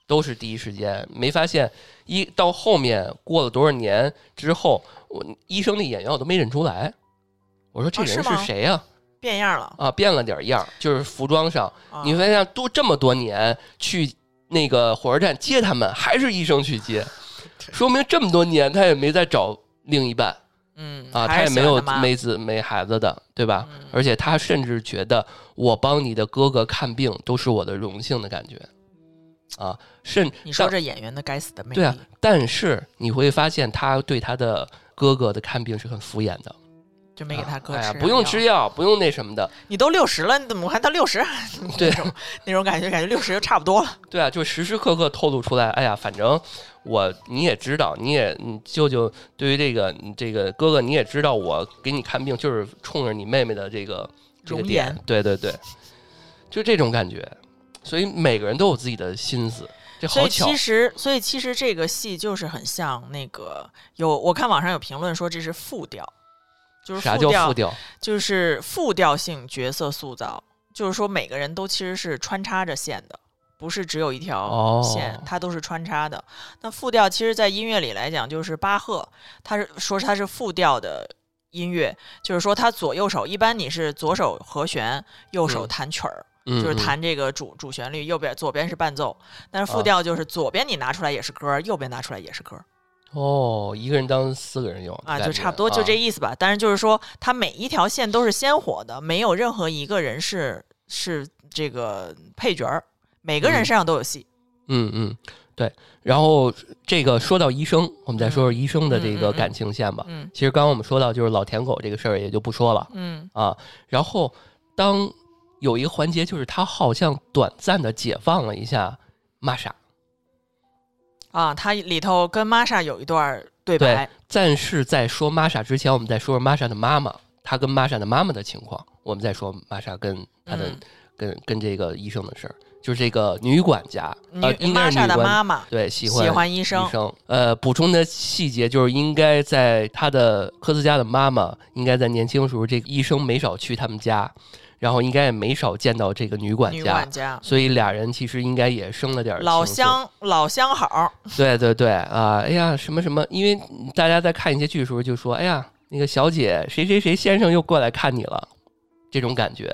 [SPEAKER 2] 都是第一时间。没发现一到后面过了多少年之后，我医生的眼药都没认出来。我说这
[SPEAKER 1] 啊是
[SPEAKER 2] 人是
[SPEAKER 1] 吗
[SPEAKER 2] 谁呀、
[SPEAKER 1] 变样了。
[SPEAKER 2] 啊，变了点儿样儿，就是服装上，
[SPEAKER 1] 啊、
[SPEAKER 2] 你发现多这么多年去那个火车站接他们，还是医生去接，说明这么多年他也没再找另一半，
[SPEAKER 1] 嗯
[SPEAKER 2] 啊，他
[SPEAKER 1] 还
[SPEAKER 2] 也
[SPEAKER 1] 是
[SPEAKER 2] 没
[SPEAKER 1] 喜欢
[SPEAKER 2] 有
[SPEAKER 1] 妈嗯
[SPEAKER 2] 没子没孩子的，对吧？而且他甚至觉得我帮你的哥哥看病都是我的荣幸的感觉，啊，甚
[SPEAKER 1] 你说
[SPEAKER 2] 但
[SPEAKER 1] 这演员的该死的魅力，
[SPEAKER 2] 对啊，但是你会发现他对他的哥哥的看病是很敷衍的，
[SPEAKER 1] 就没给他哥
[SPEAKER 2] 哎
[SPEAKER 1] 吃、
[SPEAKER 2] 呀，不用吃，药，不用那 什么的，
[SPEAKER 1] 你都六十了，你怎么还到六十？
[SPEAKER 2] 对
[SPEAKER 1] 那种 那种感觉，感觉六十就差不多了。
[SPEAKER 2] 对啊，就时时刻刻透露出来。哎呀，反正我你也知道，你也你舅舅对于这个你这个哥哥你也知道，我给你看病就是冲着你妹妹的这个这个
[SPEAKER 1] 容
[SPEAKER 2] 点
[SPEAKER 1] 颜，
[SPEAKER 2] 对对对，就这种感觉。所以每个人都有自己的心思，这
[SPEAKER 1] 所
[SPEAKER 2] 好
[SPEAKER 1] 以
[SPEAKER 2] 巧
[SPEAKER 1] 其实，所以其实这个戏就是很像那个有，我看网上有评论说这是副调，就是
[SPEAKER 2] 啥
[SPEAKER 1] 副
[SPEAKER 2] 叫
[SPEAKER 1] 调，
[SPEAKER 2] 复调？
[SPEAKER 1] 就是副调性角色塑造，就是说每个人都其实是穿插着线的，不是只有一条
[SPEAKER 2] 哦
[SPEAKER 1] 线，它都是穿插的。那副调其实，在音乐里来讲，就是巴赫，他是说他是副调的音乐，就是说他左右手一般你是左手和弦，右手
[SPEAKER 2] 嗯
[SPEAKER 1] 弹曲儿，
[SPEAKER 2] 嗯，
[SPEAKER 1] 就是
[SPEAKER 2] 嗯
[SPEAKER 1] 弹这个主主旋律，右边左边是伴奏，但是
[SPEAKER 2] 啊
[SPEAKER 1] 副调就是左边你拿出来也是歌儿，右边拿出来也是歌儿
[SPEAKER 2] 哦，一个人当四个人用
[SPEAKER 1] 啊，
[SPEAKER 2] 感
[SPEAKER 1] 就
[SPEAKER 2] 觉
[SPEAKER 1] 差不多就
[SPEAKER 2] 啊
[SPEAKER 1] 这意思吧。但是就是说，它每一条线都是鲜活的，没有任何一个人是是这个配角儿，每个人
[SPEAKER 2] 嗯
[SPEAKER 1] 身上都有戏。
[SPEAKER 2] 嗯嗯，对。然后这个说到医生，我们再说说医生的这
[SPEAKER 1] 嗯
[SPEAKER 2] 个
[SPEAKER 1] 嗯嗯
[SPEAKER 2] 感情线吧。
[SPEAKER 1] 嗯
[SPEAKER 2] 其实刚刚我们说到就是老舔狗这个事儿，也就不说了
[SPEAKER 1] 嗯
[SPEAKER 2] 啊。然后当有一个环节，就是他好像短暂的解放了一下玛莎，
[SPEAKER 1] 啊，它里头跟玛莎有一段儿对白
[SPEAKER 2] 对，但是在说玛莎之前，我们再说说玛莎的妈妈，她跟玛莎的妈妈的情况，我们再说玛莎跟她的、
[SPEAKER 1] 嗯
[SPEAKER 2] 跟跟这个医生的事儿，就是这个女管家，呃，
[SPEAKER 1] 女
[SPEAKER 2] 应该
[SPEAKER 1] 玛
[SPEAKER 2] 是
[SPEAKER 1] 莎
[SPEAKER 2] 女
[SPEAKER 1] 的
[SPEAKER 2] 管
[SPEAKER 1] 妈妈
[SPEAKER 2] 对喜欢
[SPEAKER 1] 喜欢医
[SPEAKER 2] 医生。呃，补充的细节就是，应该在他的科斯家的妈妈，应该在年轻时候，这个医生没少去他们家，然后应该也没少见到这个女管
[SPEAKER 1] 女
[SPEAKER 2] 家，
[SPEAKER 1] 管家，
[SPEAKER 2] 所以俩人其实应该也生了点儿
[SPEAKER 1] 老
[SPEAKER 2] 情愫。
[SPEAKER 1] 相老相好儿，
[SPEAKER 2] 对对对啊、哎呀，什么什么，因为大家在看一些剧的时候就说，哎呀，那个小姐谁谁谁先生又过来看你了，这种感觉，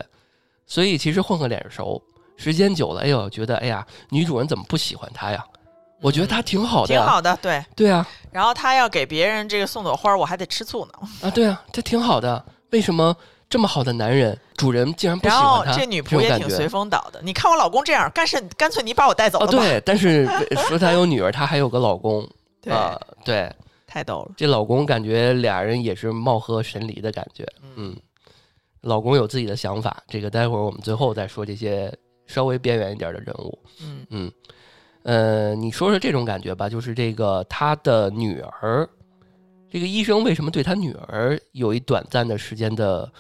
[SPEAKER 2] 所以其实混个脸熟。时间久了，哎呦，觉得哎呀，女主人怎么不喜欢他呀？
[SPEAKER 1] 嗯
[SPEAKER 2] 我觉得他挺好的
[SPEAKER 1] 挺
[SPEAKER 2] 呀，
[SPEAKER 1] 好的，对。
[SPEAKER 2] 对啊，
[SPEAKER 1] 然后他要给别人这个送朵花儿，我还得吃醋呢。
[SPEAKER 2] 啊，对啊，这挺好的。为什么这么好的男人，主人竟然不喜
[SPEAKER 1] 然后
[SPEAKER 2] 欢他？
[SPEAKER 1] 这女仆
[SPEAKER 2] 种
[SPEAKER 1] 也
[SPEAKER 2] 感
[SPEAKER 1] 挺
[SPEAKER 2] 觉
[SPEAKER 1] 随风倒的。你看我老公这样，干是干脆你把我带走了
[SPEAKER 2] 哦，
[SPEAKER 1] 吧。
[SPEAKER 2] 对，但是 说她有女儿，她还有个老公
[SPEAKER 1] 对
[SPEAKER 2] 啊，对，
[SPEAKER 1] 太逗了。
[SPEAKER 2] 这老公感觉俩人也是貌合神离的感觉，嗯，老公有自己的想法，这个待会儿我们最后再说这些稍微边缘一点的人物，
[SPEAKER 1] 嗯
[SPEAKER 2] 嗯，呃，你说说这种感觉吧，就是这个他的女儿，这个医生为什么对他女儿有一短暂的时间的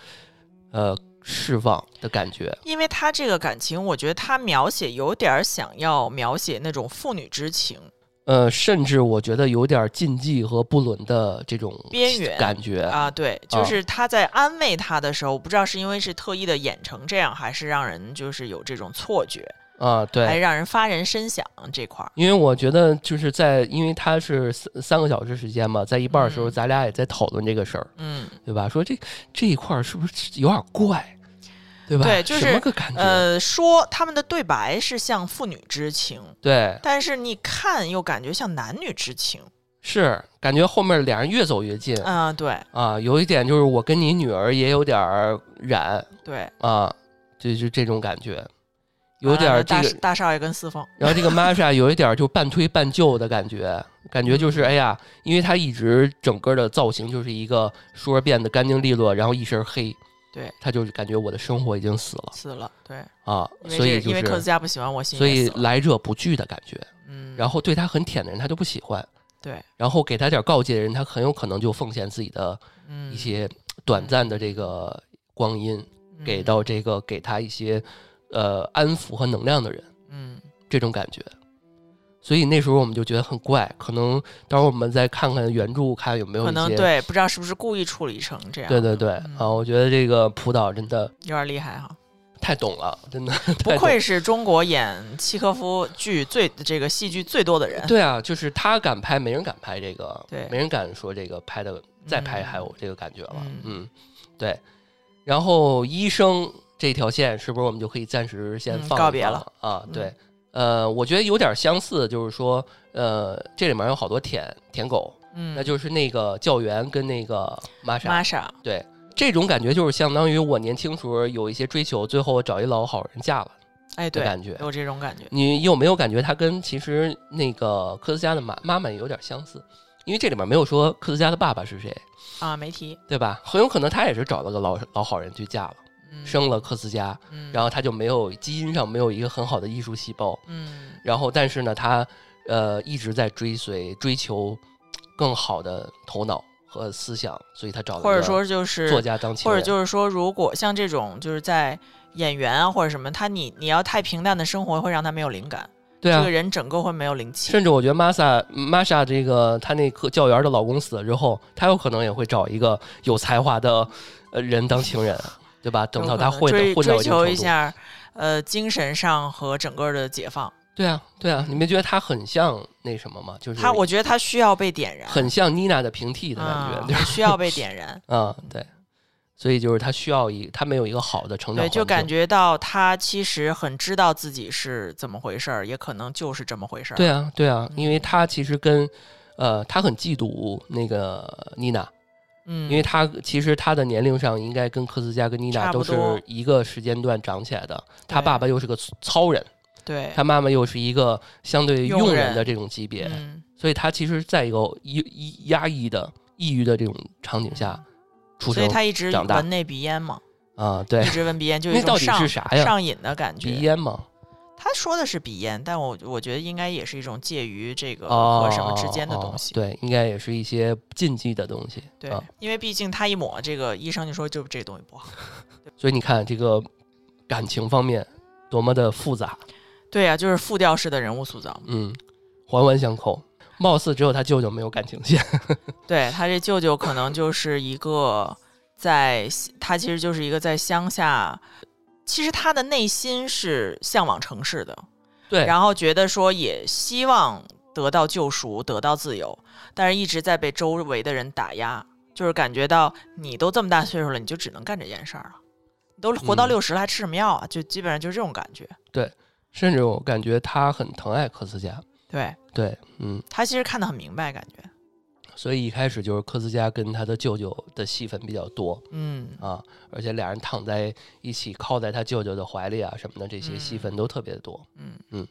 [SPEAKER 2] 呃释放的感觉？
[SPEAKER 1] 因为他这个感情，我觉得他描写有点儿想要描写那种父女之情
[SPEAKER 2] 呃，甚至我觉得有点禁忌和不伦的这种
[SPEAKER 1] 边缘
[SPEAKER 2] 感觉，
[SPEAKER 1] 啊，对，
[SPEAKER 2] 啊
[SPEAKER 1] 就是他在安慰他的时候，不知道是因为是特意的演成这样，还是让人就是有这种错觉，
[SPEAKER 2] 啊，
[SPEAKER 1] 还
[SPEAKER 2] 对。
[SPEAKER 1] 让人发人深省这块儿。
[SPEAKER 2] 因为我觉得就是在，因为他是三三个小时时间嘛，在一半的时
[SPEAKER 1] 嗯
[SPEAKER 2] 候，咱俩也在讨论这个事儿，
[SPEAKER 1] 嗯，
[SPEAKER 2] 对吧？说这这一块儿是不是有点怪，对吧？
[SPEAKER 1] 对就是
[SPEAKER 2] 什么个感觉？
[SPEAKER 1] 呃，说他们的对白是像父女之情，
[SPEAKER 2] 对，
[SPEAKER 1] 但是你看又感觉像男女之情。
[SPEAKER 2] 是感觉后面俩人越走越近
[SPEAKER 1] 嗯、对
[SPEAKER 2] 啊。有一点就是我跟你女儿也有点儿染
[SPEAKER 1] 对，
[SPEAKER 2] 啊，就是这种感觉，有点
[SPEAKER 1] 完
[SPEAKER 2] 儿
[SPEAKER 1] 了
[SPEAKER 2] 这
[SPEAKER 1] 啊大
[SPEAKER 2] 个
[SPEAKER 1] 少大少爷跟四凤。
[SPEAKER 2] 然后这个玛莎有一点儿就半推半就的 感觉，感觉就是哎呀，因为她一直整个的造型就是一个梳儿辫子干净利落，然后一身黑，
[SPEAKER 1] 对，
[SPEAKER 2] 她就是感觉我的生活已经死了
[SPEAKER 1] 死了，对，
[SPEAKER 2] 啊，
[SPEAKER 1] 因为
[SPEAKER 2] 所
[SPEAKER 1] 这
[SPEAKER 2] 以
[SPEAKER 1] 个
[SPEAKER 2] 就
[SPEAKER 1] 因为科斯
[SPEAKER 2] 是
[SPEAKER 1] 嘉不喜欢我，心
[SPEAKER 2] 所
[SPEAKER 1] 也
[SPEAKER 2] 以
[SPEAKER 1] 死了，
[SPEAKER 2] 来者不拒的感觉，
[SPEAKER 1] 嗯，
[SPEAKER 2] 然后对她很舔的人她就不喜欢，
[SPEAKER 1] 对，
[SPEAKER 2] 然后给她点儿告诫的人，她很有可能就奉献自己的
[SPEAKER 1] 嗯，
[SPEAKER 2] 一些短暂的这个光阴，
[SPEAKER 1] 嗯
[SPEAKER 2] 给，到这个给她一些呃安抚和能量的人。
[SPEAKER 1] 嗯，
[SPEAKER 2] 这种感觉。所以那时候我们就觉得很怪，可能到时候我们再看看原著，看有没有一
[SPEAKER 1] 可
[SPEAKER 2] 些
[SPEAKER 1] 能对，不知道是不是故意处理成这样，
[SPEAKER 2] 对对对
[SPEAKER 1] 嗯
[SPEAKER 2] 啊！我觉得这个朴导真的
[SPEAKER 1] 有点厉 害哈，
[SPEAKER 2] 太懂了，真的
[SPEAKER 1] 不
[SPEAKER 2] 太懂
[SPEAKER 1] 愧是中国演契诃夫剧最这个戏剧最多的人，
[SPEAKER 2] 对啊，就是他敢拍，没人敢拍这个，
[SPEAKER 1] 嗯对
[SPEAKER 2] 没人敢说这个拍的再拍
[SPEAKER 1] 嗯
[SPEAKER 2] 还有这个感觉了，
[SPEAKER 1] 嗯
[SPEAKER 2] 嗯，对。然后医生这条线是不是我们就可以暂时先
[SPEAKER 1] 嗯
[SPEAKER 2] 放一
[SPEAKER 1] 告别
[SPEAKER 2] 放
[SPEAKER 1] 了
[SPEAKER 2] 啊？
[SPEAKER 1] 嗯
[SPEAKER 2] 对，呃，我觉得有点相似，就是说，呃，这里面有好多舔舔狗，
[SPEAKER 1] 嗯，
[SPEAKER 2] 那就是那个教员跟那个玛莎
[SPEAKER 1] 玛，莎，
[SPEAKER 2] 对，这种感觉就是相当于我年轻时候有一些追求，最后找一老好人嫁了
[SPEAKER 1] 哎，
[SPEAKER 2] 的
[SPEAKER 1] 对，
[SPEAKER 2] 感觉。
[SPEAKER 1] 有这种感觉，
[SPEAKER 2] 你有没有感觉他跟其实那个科斯嘉的妈妈妈有点相似？因为这里面没有说科斯嘉的爸爸是谁，
[SPEAKER 1] 啊，没提，
[SPEAKER 2] 对吧？很有可能他也是找了个老老好人去嫁了，
[SPEAKER 1] 嗯，
[SPEAKER 2] 生了科斯嘉，
[SPEAKER 1] 嗯，
[SPEAKER 2] 然后他就没有基因上没有一个很好的艺术细胞，
[SPEAKER 1] 嗯，
[SPEAKER 2] 然后但是呢，他呃一直在追随追求更好的头脑和思想，所以他找了
[SPEAKER 1] 或者
[SPEAKER 2] 个
[SPEAKER 1] 说就是
[SPEAKER 2] 作家当情
[SPEAKER 1] 或
[SPEAKER 2] 人，
[SPEAKER 1] 者就是说，如果像这种就是在演员啊或者什么，他你你要太平淡的生活会让他没有灵感，
[SPEAKER 2] 对
[SPEAKER 1] 这
[SPEAKER 2] 啊
[SPEAKER 1] 个。人整个会没有灵气。
[SPEAKER 2] 甚至我觉得玛莎玛莎这个她那个教员的老公死了之后，她有可能也会找一个有才华的呃人当情人， 对吧？等
[SPEAKER 1] 有
[SPEAKER 2] 到
[SPEAKER 1] 可
[SPEAKER 2] 她
[SPEAKER 1] 能
[SPEAKER 2] 混到
[SPEAKER 1] 追
[SPEAKER 2] 混到
[SPEAKER 1] 追
[SPEAKER 2] 一定
[SPEAKER 1] 求
[SPEAKER 2] 程
[SPEAKER 1] 一
[SPEAKER 2] 度
[SPEAKER 1] 下，呃，精神上和整个的解放。
[SPEAKER 2] 对啊，对啊，你没觉得她很像那什么吗？就是
[SPEAKER 1] 他，我觉得他需要被点燃，
[SPEAKER 2] 很像妮娜的平替的感觉，
[SPEAKER 1] 啊
[SPEAKER 2] 对吧？
[SPEAKER 1] 需要被点 燃。
[SPEAKER 2] 啊、对，所以就是她需要一，她没有一个好的成长
[SPEAKER 1] 对，
[SPEAKER 2] 环境，
[SPEAKER 1] 就感觉到他其实很知道自己是怎么回事儿，也可能就是这么回事儿。
[SPEAKER 2] 对啊，对
[SPEAKER 1] 嗯
[SPEAKER 2] 啊，因为她其实跟呃，她很嫉妒那个呃妮娜，
[SPEAKER 1] 嗯，
[SPEAKER 2] 因为她其实她的年龄上应该跟科斯嘉跟妮娜
[SPEAKER 1] 差
[SPEAKER 2] 都
[SPEAKER 1] 不
[SPEAKER 2] 是
[SPEAKER 1] 多
[SPEAKER 2] 一个时间段长起来的。她
[SPEAKER 1] 对
[SPEAKER 2] 爸爸又是个超人，
[SPEAKER 1] 对，
[SPEAKER 2] 她妈妈又是一个相对于
[SPEAKER 1] 佣
[SPEAKER 2] 佣人
[SPEAKER 1] 人
[SPEAKER 2] 的这种级别，
[SPEAKER 1] 嗯，
[SPEAKER 2] 所以她其实在一个抑抑压抑的、抑郁的这种场景下出
[SPEAKER 1] 所
[SPEAKER 2] 生
[SPEAKER 1] 以他一直
[SPEAKER 2] 长大
[SPEAKER 1] 闻那鼻烟嘛，
[SPEAKER 2] 啊，对
[SPEAKER 1] 一，直闻鼻烟，就有一
[SPEAKER 2] 那到
[SPEAKER 1] 种
[SPEAKER 2] 底
[SPEAKER 1] 上
[SPEAKER 2] 是啥呀？
[SPEAKER 1] 上瘾的感觉。
[SPEAKER 2] 鼻烟吗？
[SPEAKER 1] 他说的是鼻炎，但我我觉得应该也是一种介于这个
[SPEAKER 2] 哦，
[SPEAKER 1] 和什么之间的
[SPEAKER 2] 哦
[SPEAKER 1] 东西。
[SPEAKER 2] 对，应该也是一些禁忌的东西。
[SPEAKER 1] 对
[SPEAKER 2] 啊
[SPEAKER 1] 因为毕竟他一抹这个，医生就说就这东西不好。
[SPEAKER 2] 所以你看这个感情方面多么的复杂，
[SPEAKER 1] 对呀、就是复调式的人物塑造。
[SPEAKER 2] 嗯，环环相扣。貌似只有他舅舅没有感情线，
[SPEAKER 1] 对他这舅舅可能就是一个在，他其实就是一个在乡下，其实他的内心是向往城市的，
[SPEAKER 2] 对
[SPEAKER 1] 然后觉得说也希望得到救赎，得到自由，但是一直在被周围的人打压，就是感觉到你都这么大岁数了，你就只能干这件事儿了，你都活到
[SPEAKER 2] 嗯
[SPEAKER 1] 六十了还吃什么药啊？就基本上就是这种感觉。
[SPEAKER 2] 甚至我感觉他很疼爱科斯嘉。
[SPEAKER 1] 对
[SPEAKER 2] 对，嗯，
[SPEAKER 1] 他其实看得很明白，感觉，
[SPEAKER 2] 所以一开始就是科斯嘉跟他的舅舅的戏份比较多
[SPEAKER 1] 嗯，
[SPEAKER 2] 啊，而且俩人躺在一起，靠在他舅舅的怀里啊什么的，这些戏份都特别的多。
[SPEAKER 1] 嗯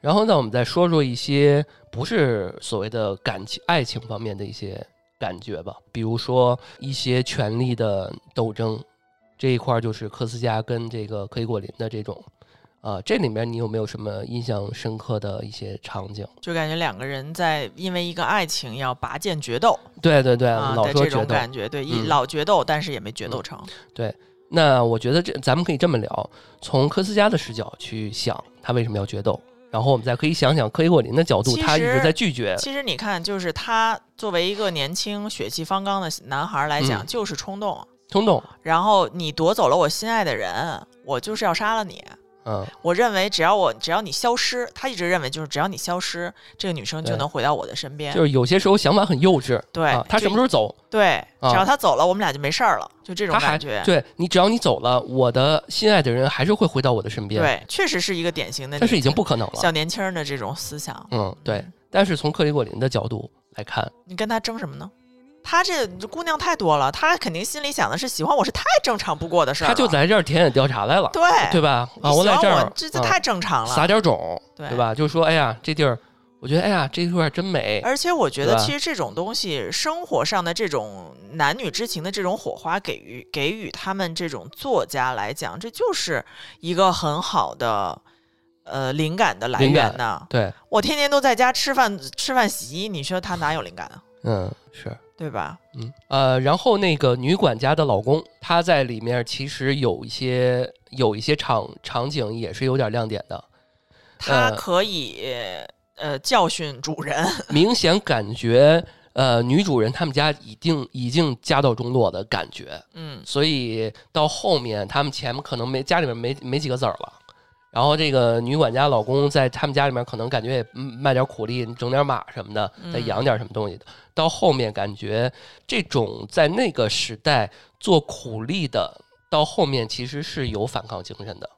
[SPEAKER 2] 然后呢，我们再说说一些不是所谓的感情、爱情方面的一些感觉吧，比如说一些权力的斗争这一块，儿，就是科斯嘉跟这个科伊果林的这种，啊、这里面你有没有什么印象深刻的一些场景？
[SPEAKER 1] 就感觉两个人在因为一个爱情要拔剑决斗
[SPEAKER 2] 对对对，
[SPEAKER 1] 啊
[SPEAKER 2] 呃老
[SPEAKER 1] 的
[SPEAKER 2] 说
[SPEAKER 1] 这
[SPEAKER 2] 决
[SPEAKER 1] 种
[SPEAKER 2] 斗。
[SPEAKER 1] 感觉，对，一
[SPEAKER 2] 嗯
[SPEAKER 1] 老决斗，但是也没决斗成，
[SPEAKER 2] 那我觉得这咱们可以这么聊，从科斯嘉的视角去想他为什么要决斗，然后我们再可以想想科伊果林的角度，
[SPEAKER 1] 其
[SPEAKER 2] 他一直
[SPEAKER 1] 实
[SPEAKER 2] 在拒绝。
[SPEAKER 1] 其实你看，就是他作为一个年轻血气方刚的男孩来讲，
[SPEAKER 2] 嗯
[SPEAKER 1] 就是冲动。
[SPEAKER 2] 冲动，
[SPEAKER 1] 然后你夺走了我心爱的人，我就是要杀了你。
[SPEAKER 2] 嗯，
[SPEAKER 1] 我认为只要我只要你消失，他一直认为就是只要你消失，这个女生就
[SPEAKER 2] 对
[SPEAKER 1] 能回到我的身边
[SPEAKER 2] 就。是有些时候想法很幼稚。
[SPEAKER 1] 对
[SPEAKER 2] 啊，，他
[SPEAKER 1] 就
[SPEAKER 2] 什么时候走？
[SPEAKER 1] 对，
[SPEAKER 2] 啊
[SPEAKER 1] 只要他走了，我们俩就没事儿了，就这种
[SPEAKER 2] 他还
[SPEAKER 1] 感觉。
[SPEAKER 2] 对你，只要你走了，我的心爱的人还是会回到我的身边。，
[SPEAKER 1] 对，确实是一个典型的
[SPEAKER 2] 但是已经不可能
[SPEAKER 1] 小
[SPEAKER 2] 了。
[SPEAKER 1] 年轻人的这种思想。
[SPEAKER 2] 嗯，对。但是从克里果林的角度来看，
[SPEAKER 1] 你跟他争什么呢？他这姑娘太多了，他肯定心里想的是喜欢我是太正常不过的事儿了。
[SPEAKER 2] 他就在这儿田野调查来了，
[SPEAKER 1] 对
[SPEAKER 2] 对吧？啊，
[SPEAKER 1] 你喜
[SPEAKER 2] 在
[SPEAKER 1] 欢
[SPEAKER 2] 这儿
[SPEAKER 1] 这这太正常
[SPEAKER 2] 嗯
[SPEAKER 1] 了。
[SPEAKER 2] 撒点种，
[SPEAKER 1] 对
[SPEAKER 2] 对吧？就说哎呀，这地儿，我觉得哎呀，这块儿真美。
[SPEAKER 1] 而且我觉得，
[SPEAKER 2] 对吧
[SPEAKER 1] 其实这种东西，生活上的这种男女之情的这种火花，给予给予他们这种作家来讲，这就是一个很好的呃灵感的来
[SPEAKER 2] 灵感
[SPEAKER 1] 源呢。
[SPEAKER 2] 对，
[SPEAKER 1] 我天天都在家吃饭吃饭洗衣，你说他哪有灵感啊？
[SPEAKER 2] 嗯，是。
[SPEAKER 1] 对吧？
[SPEAKER 2] 嗯，呃，然后那个女管家的老公，他在里面其实有一些有一些场场景也是有点亮点的，
[SPEAKER 1] 他可以呃教训主人，
[SPEAKER 2] 明显感觉，呃，女主人他们家已经已经家道中落的感觉，
[SPEAKER 1] 嗯，
[SPEAKER 2] 所以到后面他们前面可能没家里面没没几个子儿了。然后这个女管家老公在他们家里面可能感觉也嗯卖点苦力，整点马什么的，再养点什么东西的。到后面感觉这种在那个时代做苦力的，到后面其实是有反抗精神的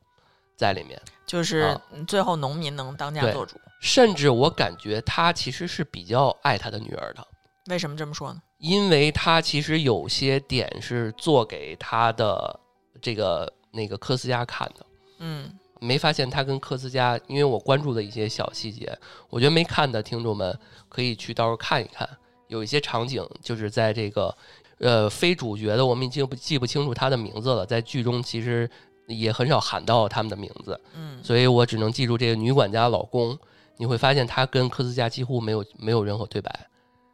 [SPEAKER 2] 在里面。
[SPEAKER 1] 就是嗯
[SPEAKER 2] 啊
[SPEAKER 1] 最后农民能当家
[SPEAKER 2] 对
[SPEAKER 1] 做主。
[SPEAKER 2] 甚至我感觉他其实是比较爱他的女儿的，
[SPEAKER 1] 为什么这么说呢？
[SPEAKER 2] 因为它其实有些点是做给他的这个那个科斯加看的，
[SPEAKER 1] 嗯
[SPEAKER 2] 没发现他跟科斯加，因为我关注的一些小细节，我觉得没看的听众们可以去到时候看一看，有一些场景就是在这个呃非主角的，我们已经不记不清楚他的名字了，在剧中其实也很少喊到他们的名字，
[SPEAKER 1] 嗯，
[SPEAKER 2] 所以我只能记住这个女管家老公，你会发现他跟科斯加几乎没有没有任何对白，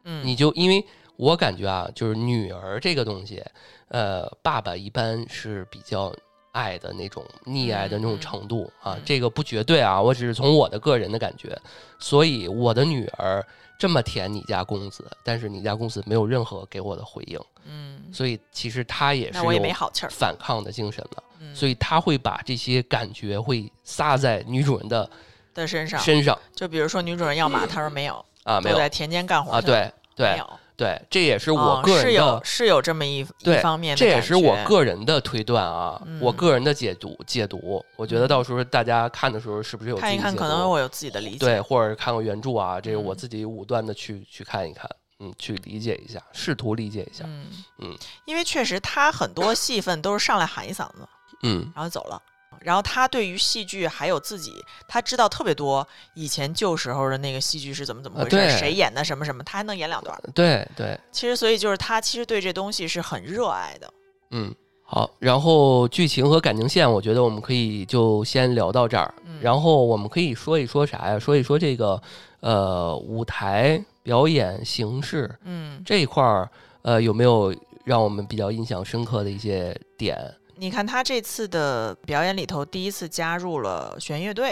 [SPEAKER 1] 嗯
[SPEAKER 2] 你就因为我感觉啊，就是女儿这个东西，呃，爸爸一般是比较爱的那种溺爱的那
[SPEAKER 1] 嗯嗯
[SPEAKER 2] 种程度啊
[SPEAKER 1] 嗯，
[SPEAKER 2] 这个不绝对啊，我只是从我的个人的感觉，所以我的女儿这么舔你家公子，但是你家公子没有任何给我的回应，
[SPEAKER 1] 嗯，
[SPEAKER 2] 所以其实他也是
[SPEAKER 1] 那我也没
[SPEAKER 2] 有
[SPEAKER 1] 好气儿，
[SPEAKER 2] 反抗的精神的，
[SPEAKER 1] 嗯
[SPEAKER 2] 所以他会把这些感觉会撒在女主人的
[SPEAKER 1] 在身上，
[SPEAKER 2] 身上
[SPEAKER 1] 就比如说女主人要马，他说没有，
[SPEAKER 2] 啊，没
[SPEAKER 1] 都
[SPEAKER 2] 有
[SPEAKER 1] 在田间干活
[SPEAKER 2] 啊，
[SPEAKER 1] 去了，
[SPEAKER 2] 对
[SPEAKER 1] 没
[SPEAKER 2] 对
[SPEAKER 1] 有，
[SPEAKER 2] 对，这也是
[SPEAKER 1] 哦
[SPEAKER 2] 我个
[SPEAKER 1] 是
[SPEAKER 2] 人的
[SPEAKER 1] 有。是有这么一一
[SPEAKER 2] 对
[SPEAKER 1] 方面的
[SPEAKER 2] 这也
[SPEAKER 1] 感
[SPEAKER 2] 是我
[SPEAKER 1] 觉
[SPEAKER 2] 个人的推断啊，
[SPEAKER 1] 嗯
[SPEAKER 2] 我个人的解读解读。我觉得到时候大家看的时候，是不是有自
[SPEAKER 1] 看
[SPEAKER 2] 己
[SPEAKER 1] 一看，
[SPEAKER 2] 解
[SPEAKER 1] 可能
[SPEAKER 2] 读
[SPEAKER 1] 会有自己的理解。
[SPEAKER 2] 对，或者看过原著啊，这个我
[SPEAKER 1] 嗯
[SPEAKER 2] 自己武断的去去看一看，嗯，去理解一下，试图理解一下，
[SPEAKER 1] 嗯
[SPEAKER 2] 嗯
[SPEAKER 1] 因为确实他很多戏份都是上来喊一嗓子，
[SPEAKER 2] 嗯
[SPEAKER 1] 然后走了。然后他对于戏剧还有自己，他知道特别多以前旧时候的那个戏剧是怎么怎么
[SPEAKER 2] 啊
[SPEAKER 1] 回事，
[SPEAKER 2] 对
[SPEAKER 1] 谁演的什么什么，他还能演两段。
[SPEAKER 2] 嗯对对，
[SPEAKER 1] 其实所以就是他其实对这东西是很热爱的。
[SPEAKER 2] 嗯，好。然后剧情和感情线，我觉得我们可以就先聊到这儿，
[SPEAKER 1] 嗯
[SPEAKER 2] 然后我们可以说一说啥呀？说一说这个呃舞台表演形式，
[SPEAKER 1] 嗯，
[SPEAKER 2] 这一块儿，呃，有没有让我们比较印象深刻的一些点
[SPEAKER 1] 你看他这次的表演里头，第一次加入了弦乐队，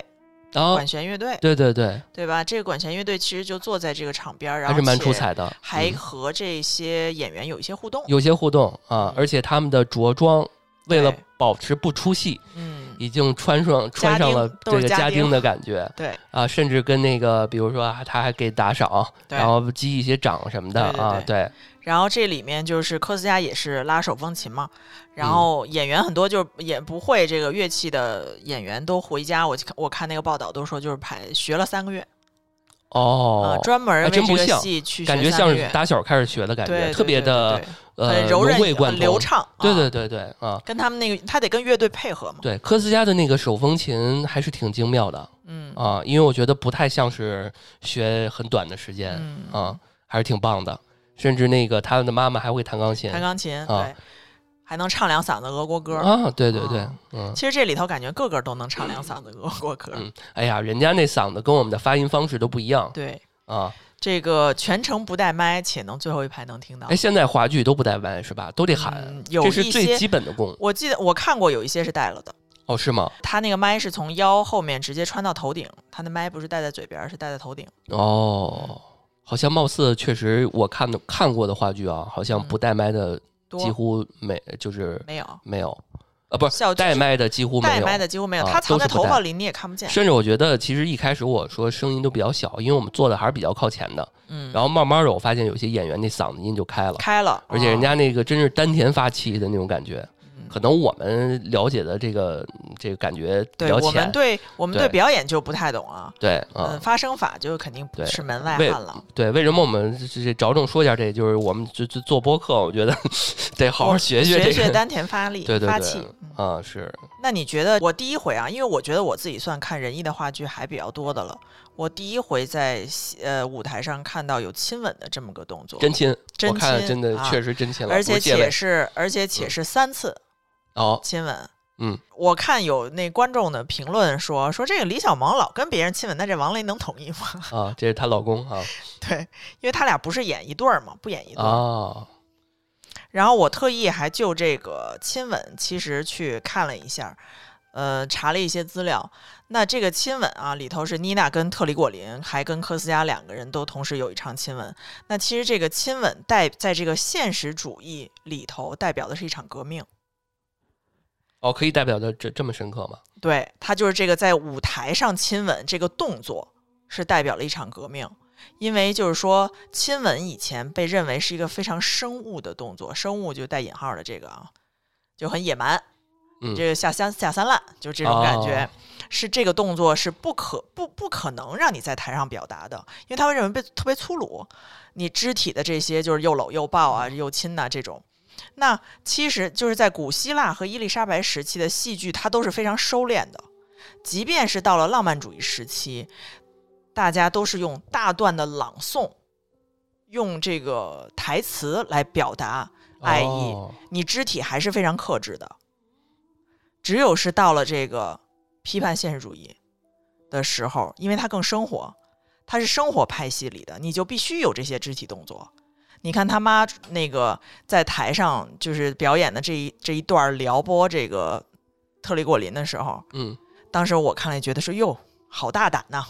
[SPEAKER 2] 啊？
[SPEAKER 1] 管弦乐队，
[SPEAKER 2] 对对对，
[SPEAKER 1] 对吧？这个管弦乐队其实就坐在这个场边儿，然后
[SPEAKER 2] 还是蛮
[SPEAKER 1] 且
[SPEAKER 2] 出彩的，
[SPEAKER 1] 还
[SPEAKER 2] 嗯
[SPEAKER 1] 和这些演员有一些互动。
[SPEAKER 2] 有些互动啊
[SPEAKER 1] 嗯，
[SPEAKER 2] 而且他们的着装为了
[SPEAKER 1] 对
[SPEAKER 2] 保持不出戏，
[SPEAKER 1] 嗯，
[SPEAKER 2] 已经穿上穿上了
[SPEAKER 1] 都
[SPEAKER 2] 这
[SPEAKER 1] 是
[SPEAKER 2] 个
[SPEAKER 1] 家
[SPEAKER 2] 家
[SPEAKER 1] 丁
[SPEAKER 2] 丁的感觉
[SPEAKER 1] 对
[SPEAKER 2] 啊，甚至跟那个比如说啊他还给打赏，
[SPEAKER 1] 对
[SPEAKER 2] 然后击一些掌什么的
[SPEAKER 1] 对对
[SPEAKER 2] 啊，对，
[SPEAKER 1] 然后这里面就是科斯嘉也是拉手风琴嘛，然
[SPEAKER 2] 嗯
[SPEAKER 1] 后演员很多就是也不会这个乐器的演员都回家，我看我看那个报道都说就是排学了三个月，
[SPEAKER 2] 哦
[SPEAKER 1] 呃，。专门
[SPEAKER 2] 还
[SPEAKER 1] 为
[SPEAKER 2] 真
[SPEAKER 1] 这
[SPEAKER 2] 不
[SPEAKER 1] 个
[SPEAKER 2] 像
[SPEAKER 1] 戏去
[SPEAKER 2] 哦感觉
[SPEAKER 1] 学三
[SPEAKER 2] 像
[SPEAKER 1] 个
[SPEAKER 2] 是
[SPEAKER 1] 月，
[SPEAKER 2] 打小开始学的感
[SPEAKER 1] 对
[SPEAKER 2] 觉，
[SPEAKER 1] 对
[SPEAKER 2] 特别
[SPEAKER 1] 对
[SPEAKER 2] 的
[SPEAKER 1] 对对
[SPEAKER 2] 呃
[SPEAKER 1] 很柔
[SPEAKER 2] 融
[SPEAKER 1] 韧
[SPEAKER 2] 会贯
[SPEAKER 1] 很流
[SPEAKER 2] 通。
[SPEAKER 1] 畅，
[SPEAKER 2] 对
[SPEAKER 1] 啊
[SPEAKER 2] 对对对啊，
[SPEAKER 1] 跟他们那个他得跟乐队配合嘛，
[SPEAKER 2] 对，科斯嘉的那个手风琴还是挺精妙的
[SPEAKER 1] 嗯
[SPEAKER 2] 啊，因为我觉得不太像是学很短的时间
[SPEAKER 1] 嗯
[SPEAKER 2] 啊，还是挺棒的。甚至那个他的妈妈还会弹钢琴
[SPEAKER 1] 弹钢琴、
[SPEAKER 2] 啊
[SPEAKER 1] 对，还能唱两嗓子俄国歌。
[SPEAKER 2] 啊，对对对
[SPEAKER 1] 啊，
[SPEAKER 2] 嗯。
[SPEAKER 1] 其实这里头感觉个个都能唱两嗓子俄国歌，
[SPEAKER 2] 嗯，哎呀，人家那嗓子跟我们的发音方式都不一样
[SPEAKER 1] 对，
[SPEAKER 2] 啊！
[SPEAKER 1] 这个全程不带麦，且能最后一排能听到
[SPEAKER 2] 哎，。现在话剧都不带麦是吧？都得
[SPEAKER 1] 嗯
[SPEAKER 2] 喊，
[SPEAKER 1] 有
[SPEAKER 2] 这是
[SPEAKER 1] 一
[SPEAKER 2] 最
[SPEAKER 1] 些
[SPEAKER 2] 基本 的功
[SPEAKER 1] 我记得我看过有一些是带了的，
[SPEAKER 2] 哦，是吗？
[SPEAKER 1] 他那个麦是从腰后面直接穿到头顶，他那麦不是戴在嘴边，是戴在头顶。
[SPEAKER 2] 哦，好像貌似确实我看的看过的话剧啊，好像不带麦的
[SPEAKER 1] 嗯多
[SPEAKER 2] 几乎没，就是
[SPEAKER 1] 没有，
[SPEAKER 2] 没有，啊，不是
[SPEAKER 1] 笑
[SPEAKER 2] 带
[SPEAKER 1] 带
[SPEAKER 2] 麦的几乎没
[SPEAKER 1] 带
[SPEAKER 2] 有。
[SPEAKER 1] 麦的几乎没有，
[SPEAKER 2] 啊
[SPEAKER 1] 他藏
[SPEAKER 2] 都是
[SPEAKER 1] 在
[SPEAKER 2] 不
[SPEAKER 1] 头
[SPEAKER 2] 带
[SPEAKER 1] 发里你也看不见。
[SPEAKER 2] 甚至我觉得，其实一开始我说声音都比较小，因为我们坐的还是比较靠前的。
[SPEAKER 1] 嗯，
[SPEAKER 2] 然后慢慢的，我发现有些演员那嗓子音就开了，
[SPEAKER 1] 开了，
[SPEAKER 2] 而且人
[SPEAKER 1] 哦
[SPEAKER 2] 家那个真是丹田发气的那种感觉。
[SPEAKER 1] 嗯
[SPEAKER 2] 可能我们了解的这个这个感觉比
[SPEAKER 1] 对
[SPEAKER 2] 较
[SPEAKER 1] 我
[SPEAKER 2] 浅
[SPEAKER 1] 们，对我们对
[SPEAKER 2] 对
[SPEAKER 1] 表演就不太懂啊。
[SPEAKER 2] 对
[SPEAKER 1] 嗯，
[SPEAKER 2] 啊，
[SPEAKER 1] 发声法就肯定不
[SPEAKER 2] 对
[SPEAKER 1] 是门外
[SPEAKER 2] 为
[SPEAKER 1] 汉了。
[SPEAKER 2] 对。为什么我们这这着重说一下这？就是我们就就做播客，我觉得 得好好学
[SPEAKER 1] 学
[SPEAKER 2] 这
[SPEAKER 1] 学
[SPEAKER 2] 个。
[SPEAKER 1] 丹田发力，
[SPEAKER 2] 对对
[SPEAKER 1] 发
[SPEAKER 2] 对
[SPEAKER 1] 气。嗯
[SPEAKER 2] 啊，是
[SPEAKER 1] 那你觉得我第一回啊，因为我觉得我自己算看仁义的话剧还比较多的了。我第一回在戏呃舞台上看到有亲吻的这么个动作，
[SPEAKER 2] 真亲，
[SPEAKER 1] 真
[SPEAKER 2] 我看
[SPEAKER 1] 亲
[SPEAKER 2] 真的
[SPEAKER 1] 啊
[SPEAKER 2] 确实真亲了，
[SPEAKER 1] 而
[SPEAKER 2] 不
[SPEAKER 1] 且
[SPEAKER 2] 是借
[SPEAKER 1] 且
[SPEAKER 2] 位
[SPEAKER 1] 是而且且
[SPEAKER 2] 嗯
[SPEAKER 1] 是三次
[SPEAKER 2] 哦，
[SPEAKER 1] 亲吻。
[SPEAKER 2] 嗯，
[SPEAKER 1] 我看有那观众的评论说说这个李小萌老跟别人亲吻，那这王雷能同意吗？
[SPEAKER 2] 啊，这是她老公啊
[SPEAKER 1] 对，因为他俩不是演一对儿嘛，不演一对儿。
[SPEAKER 2] 啊，
[SPEAKER 1] 然后我特意还就这个亲吻，其实去看了一下，呃，查了一些资料。那这个亲吻啊，里头是妮娜跟特里果林，还跟科斯嘉两个人都同时有一场亲吻。那其实这个亲吻代在这个现实主义里头代表的是一场革命。
[SPEAKER 2] 哦，可以代表的这这么深刻吗？
[SPEAKER 1] 对，他就是这个在舞台上亲吻这个动作是代表了一场革命，因为就是说亲吻以前被认为是一个非常生物的动作，生物就带引号的这个啊，就很野蛮，
[SPEAKER 2] 嗯
[SPEAKER 1] 这个下三下三滥，就是这种感觉。
[SPEAKER 2] 哦
[SPEAKER 1] 是这个动作是不可不不可能让你在台上表达的，因为他会认为被特别粗鲁，你肢体的这些就是又搂又抱啊、又亲呐、这种。那其实就是在古希腊和伊丽莎白时期的戏剧，它都是非常收敛的，即便是到了浪漫主义时期，大家都是用大段的朗诵，用这个台词来表达爱意。
[SPEAKER 2] 哦
[SPEAKER 1] 你肢体还是非常克制的。只有是到了这个批判现实主义的时候，因为它更生活，它是生活派系里的，你就必须有这些肢体动作。你看他妈那个在台上就是表演的这一这一段撩拨这个特里果林的时候，
[SPEAKER 2] 嗯，
[SPEAKER 1] 当时我看了觉得说哟，好大胆呐、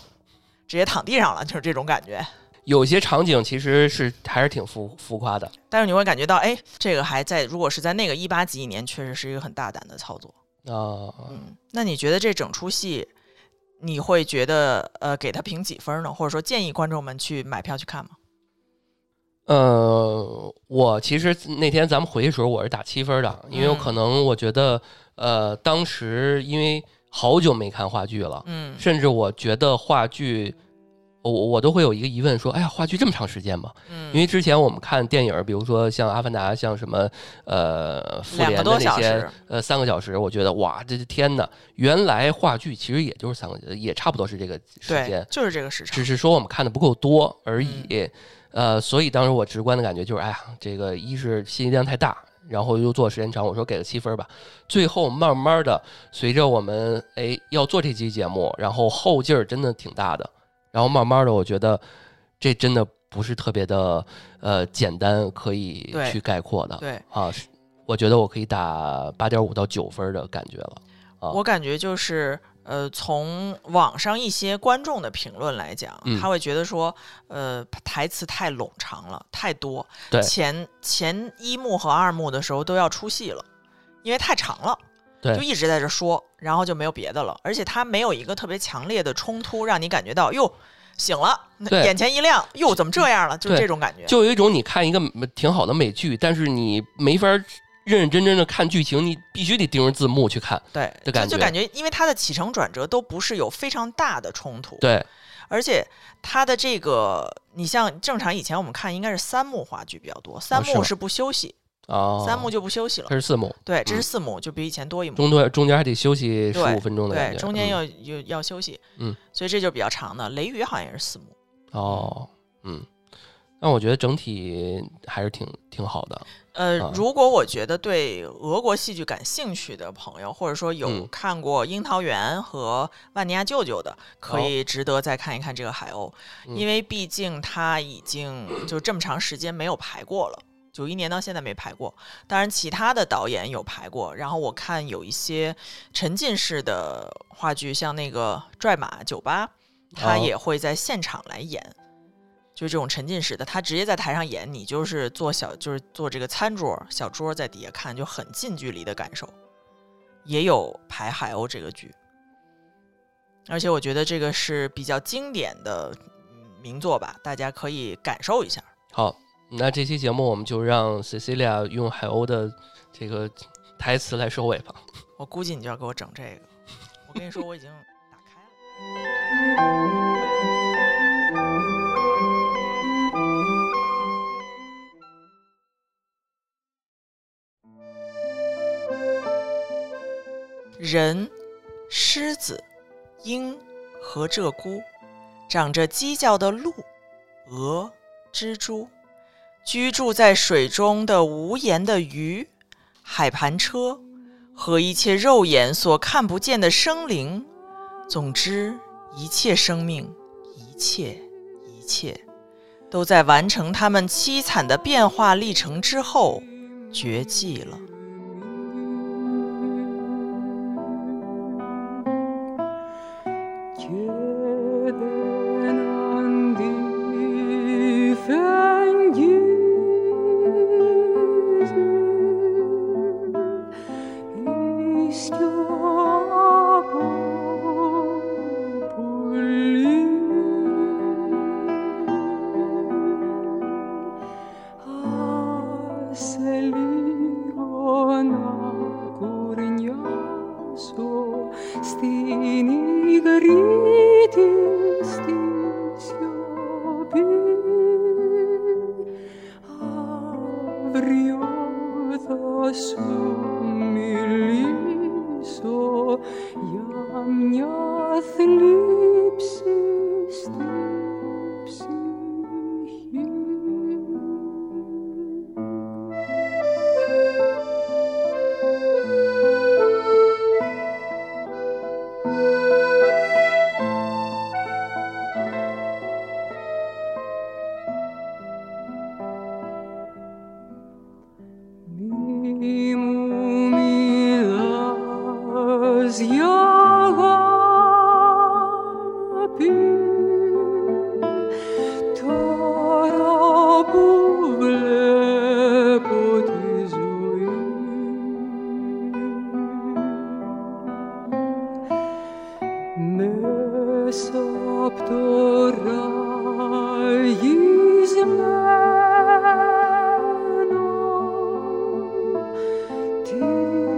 [SPEAKER 1] 直接躺地上了，就是这种感觉。
[SPEAKER 2] 有些场景其实是还是挺浮浮夸的。
[SPEAKER 1] 但是你会感觉到，哎，这个还在，如果是在那个一八几几年，确实是一个很大胆的操作。
[SPEAKER 2] 啊、
[SPEAKER 1] 嗯，那你觉得这整出戏，你会觉得呃给他评几分呢？或者说建议观众们去买票去看吗？
[SPEAKER 2] 呃，我其实那天咱们回去的时候，我是打七分的，因为有
[SPEAKER 1] 嗯
[SPEAKER 2] 可能我觉得，呃，当时因为好久没看话剧了，
[SPEAKER 1] 嗯
[SPEAKER 2] 甚至我觉得话剧，我我都会有一个疑问，说，哎呀，话剧这么长时间吗？
[SPEAKER 1] 嗯
[SPEAKER 2] 因为之前我们看电影，比如说像《阿凡达》，像什么呃复
[SPEAKER 1] 两个
[SPEAKER 2] 联的
[SPEAKER 1] 多
[SPEAKER 2] 那
[SPEAKER 1] 小
[SPEAKER 2] 些
[SPEAKER 1] 时，
[SPEAKER 2] 呃三个小时，我觉得哇，这天呐，原来话剧其实也就是三个，也差不多是这个时
[SPEAKER 1] 对
[SPEAKER 2] 间，，
[SPEAKER 1] 就是这个时长
[SPEAKER 2] 只。是说我们看的不够多而已。
[SPEAKER 1] 嗯
[SPEAKER 2] 呃，所以当时我直观的感觉就是，哎呀，这个一是信息量太大，然后又做时间长，我说给个七分吧。最后慢慢的，随着我们哎要做这期节目，然后后劲儿真的挺大的，然后慢慢的，我觉得这真的不是特别的呃简单可以
[SPEAKER 1] 对
[SPEAKER 2] 去概括的
[SPEAKER 1] 对
[SPEAKER 2] 啊。是我觉得我可以打八点五到九分的感觉了。啊
[SPEAKER 1] 我感觉就是呃，从网上一些观众的评论来讲，
[SPEAKER 2] 嗯
[SPEAKER 1] 他会觉得说，呃，台词太冗长了，太多。
[SPEAKER 2] 对
[SPEAKER 1] 前前一幕和二幕的时候都要出戏了，因为太长了。
[SPEAKER 2] 对
[SPEAKER 1] 就一直在这说，然后就没有别的了，而且他没有一个特别强烈的冲突，让你感觉到哟醒了，那
[SPEAKER 2] 对
[SPEAKER 1] 眼前一亮，哟怎么这样了，就是
[SPEAKER 2] 对
[SPEAKER 1] 这种感觉。
[SPEAKER 2] 就有一种你看一个嗯挺好的美剧，但是你没法认认真真的看剧情，你必须得盯着字幕去看。
[SPEAKER 1] 对，
[SPEAKER 2] 的感
[SPEAKER 1] 就就
[SPEAKER 2] 觉
[SPEAKER 1] 感觉，因为它的起承转折都不是有非常大的冲突，
[SPEAKER 2] 对，
[SPEAKER 1] 而且它的这个，你像正常以前我们看应该是三幕话剧比较多，三
[SPEAKER 2] 是吗
[SPEAKER 1] 幕是不休息，
[SPEAKER 2] 哦，
[SPEAKER 1] 三幕就不休息了
[SPEAKER 2] 它，是四幕，
[SPEAKER 1] 对，这
[SPEAKER 2] 嗯
[SPEAKER 1] 是四幕，就比以前多一幕。
[SPEAKER 2] 中段中间还得休息十
[SPEAKER 1] 对
[SPEAKER 2] 五分钟的感
[SPEAKER 1] 对，
[SPEAKER 2] 觉，
[SPEAKER 1] 中间
[SPEAKER 2] 嗯
[SPEAKER 1] 要要要休息，
[SPEAKER 2] 嗯，
[SPEAKER 1] 所以这就比较长的。雷雨好像也是四幕，
[SPEAKER 2] 哦，嗯，但我觉得整体还是挺挺好的，
[SPEAKER 1] 呃
[SPEAKER 2] 啊，
[SPEAKER 1] 如果我觉得对俄国戏剧感兴趣的朋友，或者说有
[SPEAKER 2] 嗯
[SPEAKER 1] 看过《樱桃园》和《万尼亚舅舅》的，可以值得再看一看这个海鸥，
[SPEAKER 2] 嗯
[SPEAKER 1] 因为毕竟它已经就这么长时间没有排过了。九一年到现在没排过，当然其他的导演有排过。然后我看有一些沉浸式的话剧，像那个《拽马酒吧》，他
[SPEAKER 2] 哦
[SPEAKER 1] 也会在现场来演，就是这种沉浸式的，他直接在台上演，你就是坐小，就是坐这个餐桌小桌在底下看，就很近距离的感受。也有排海鸥这个剧，而且我觉得这个是比较经典的嗯名作吧，大家可以感受一下。
[SPEAKER 2] 好，那这期节目我们就让 Cecilia 用海鸥的这个台词来收尾吧。
[SPEAKER 1] 我估计你就要给我整这个，我跟你说，我已经打开了。人、狮子、鹰和鹧鸪，长着犄角的鹿、鹅、蜘蛛，居住在水中的无盐的鱼、海盘车和一切肉眼所看不见的生灵。总之，一切生命，一切，一切，都在完成他们凄惨的变化历程之后绝迹了。
[SPEAKER 3] Jeden an tiefen Gießen ist ja Populin. Haselir och nakornjakt θλίψεις την ψυχή. Μη μου μιλάς για αγάπη Τώρα που βλέπω τη ζωή Μέσα απ' το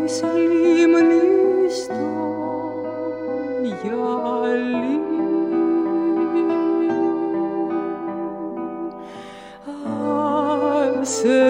[SPEAKER 3] ραγισμένο της λίμνης το γυαλί. Άσε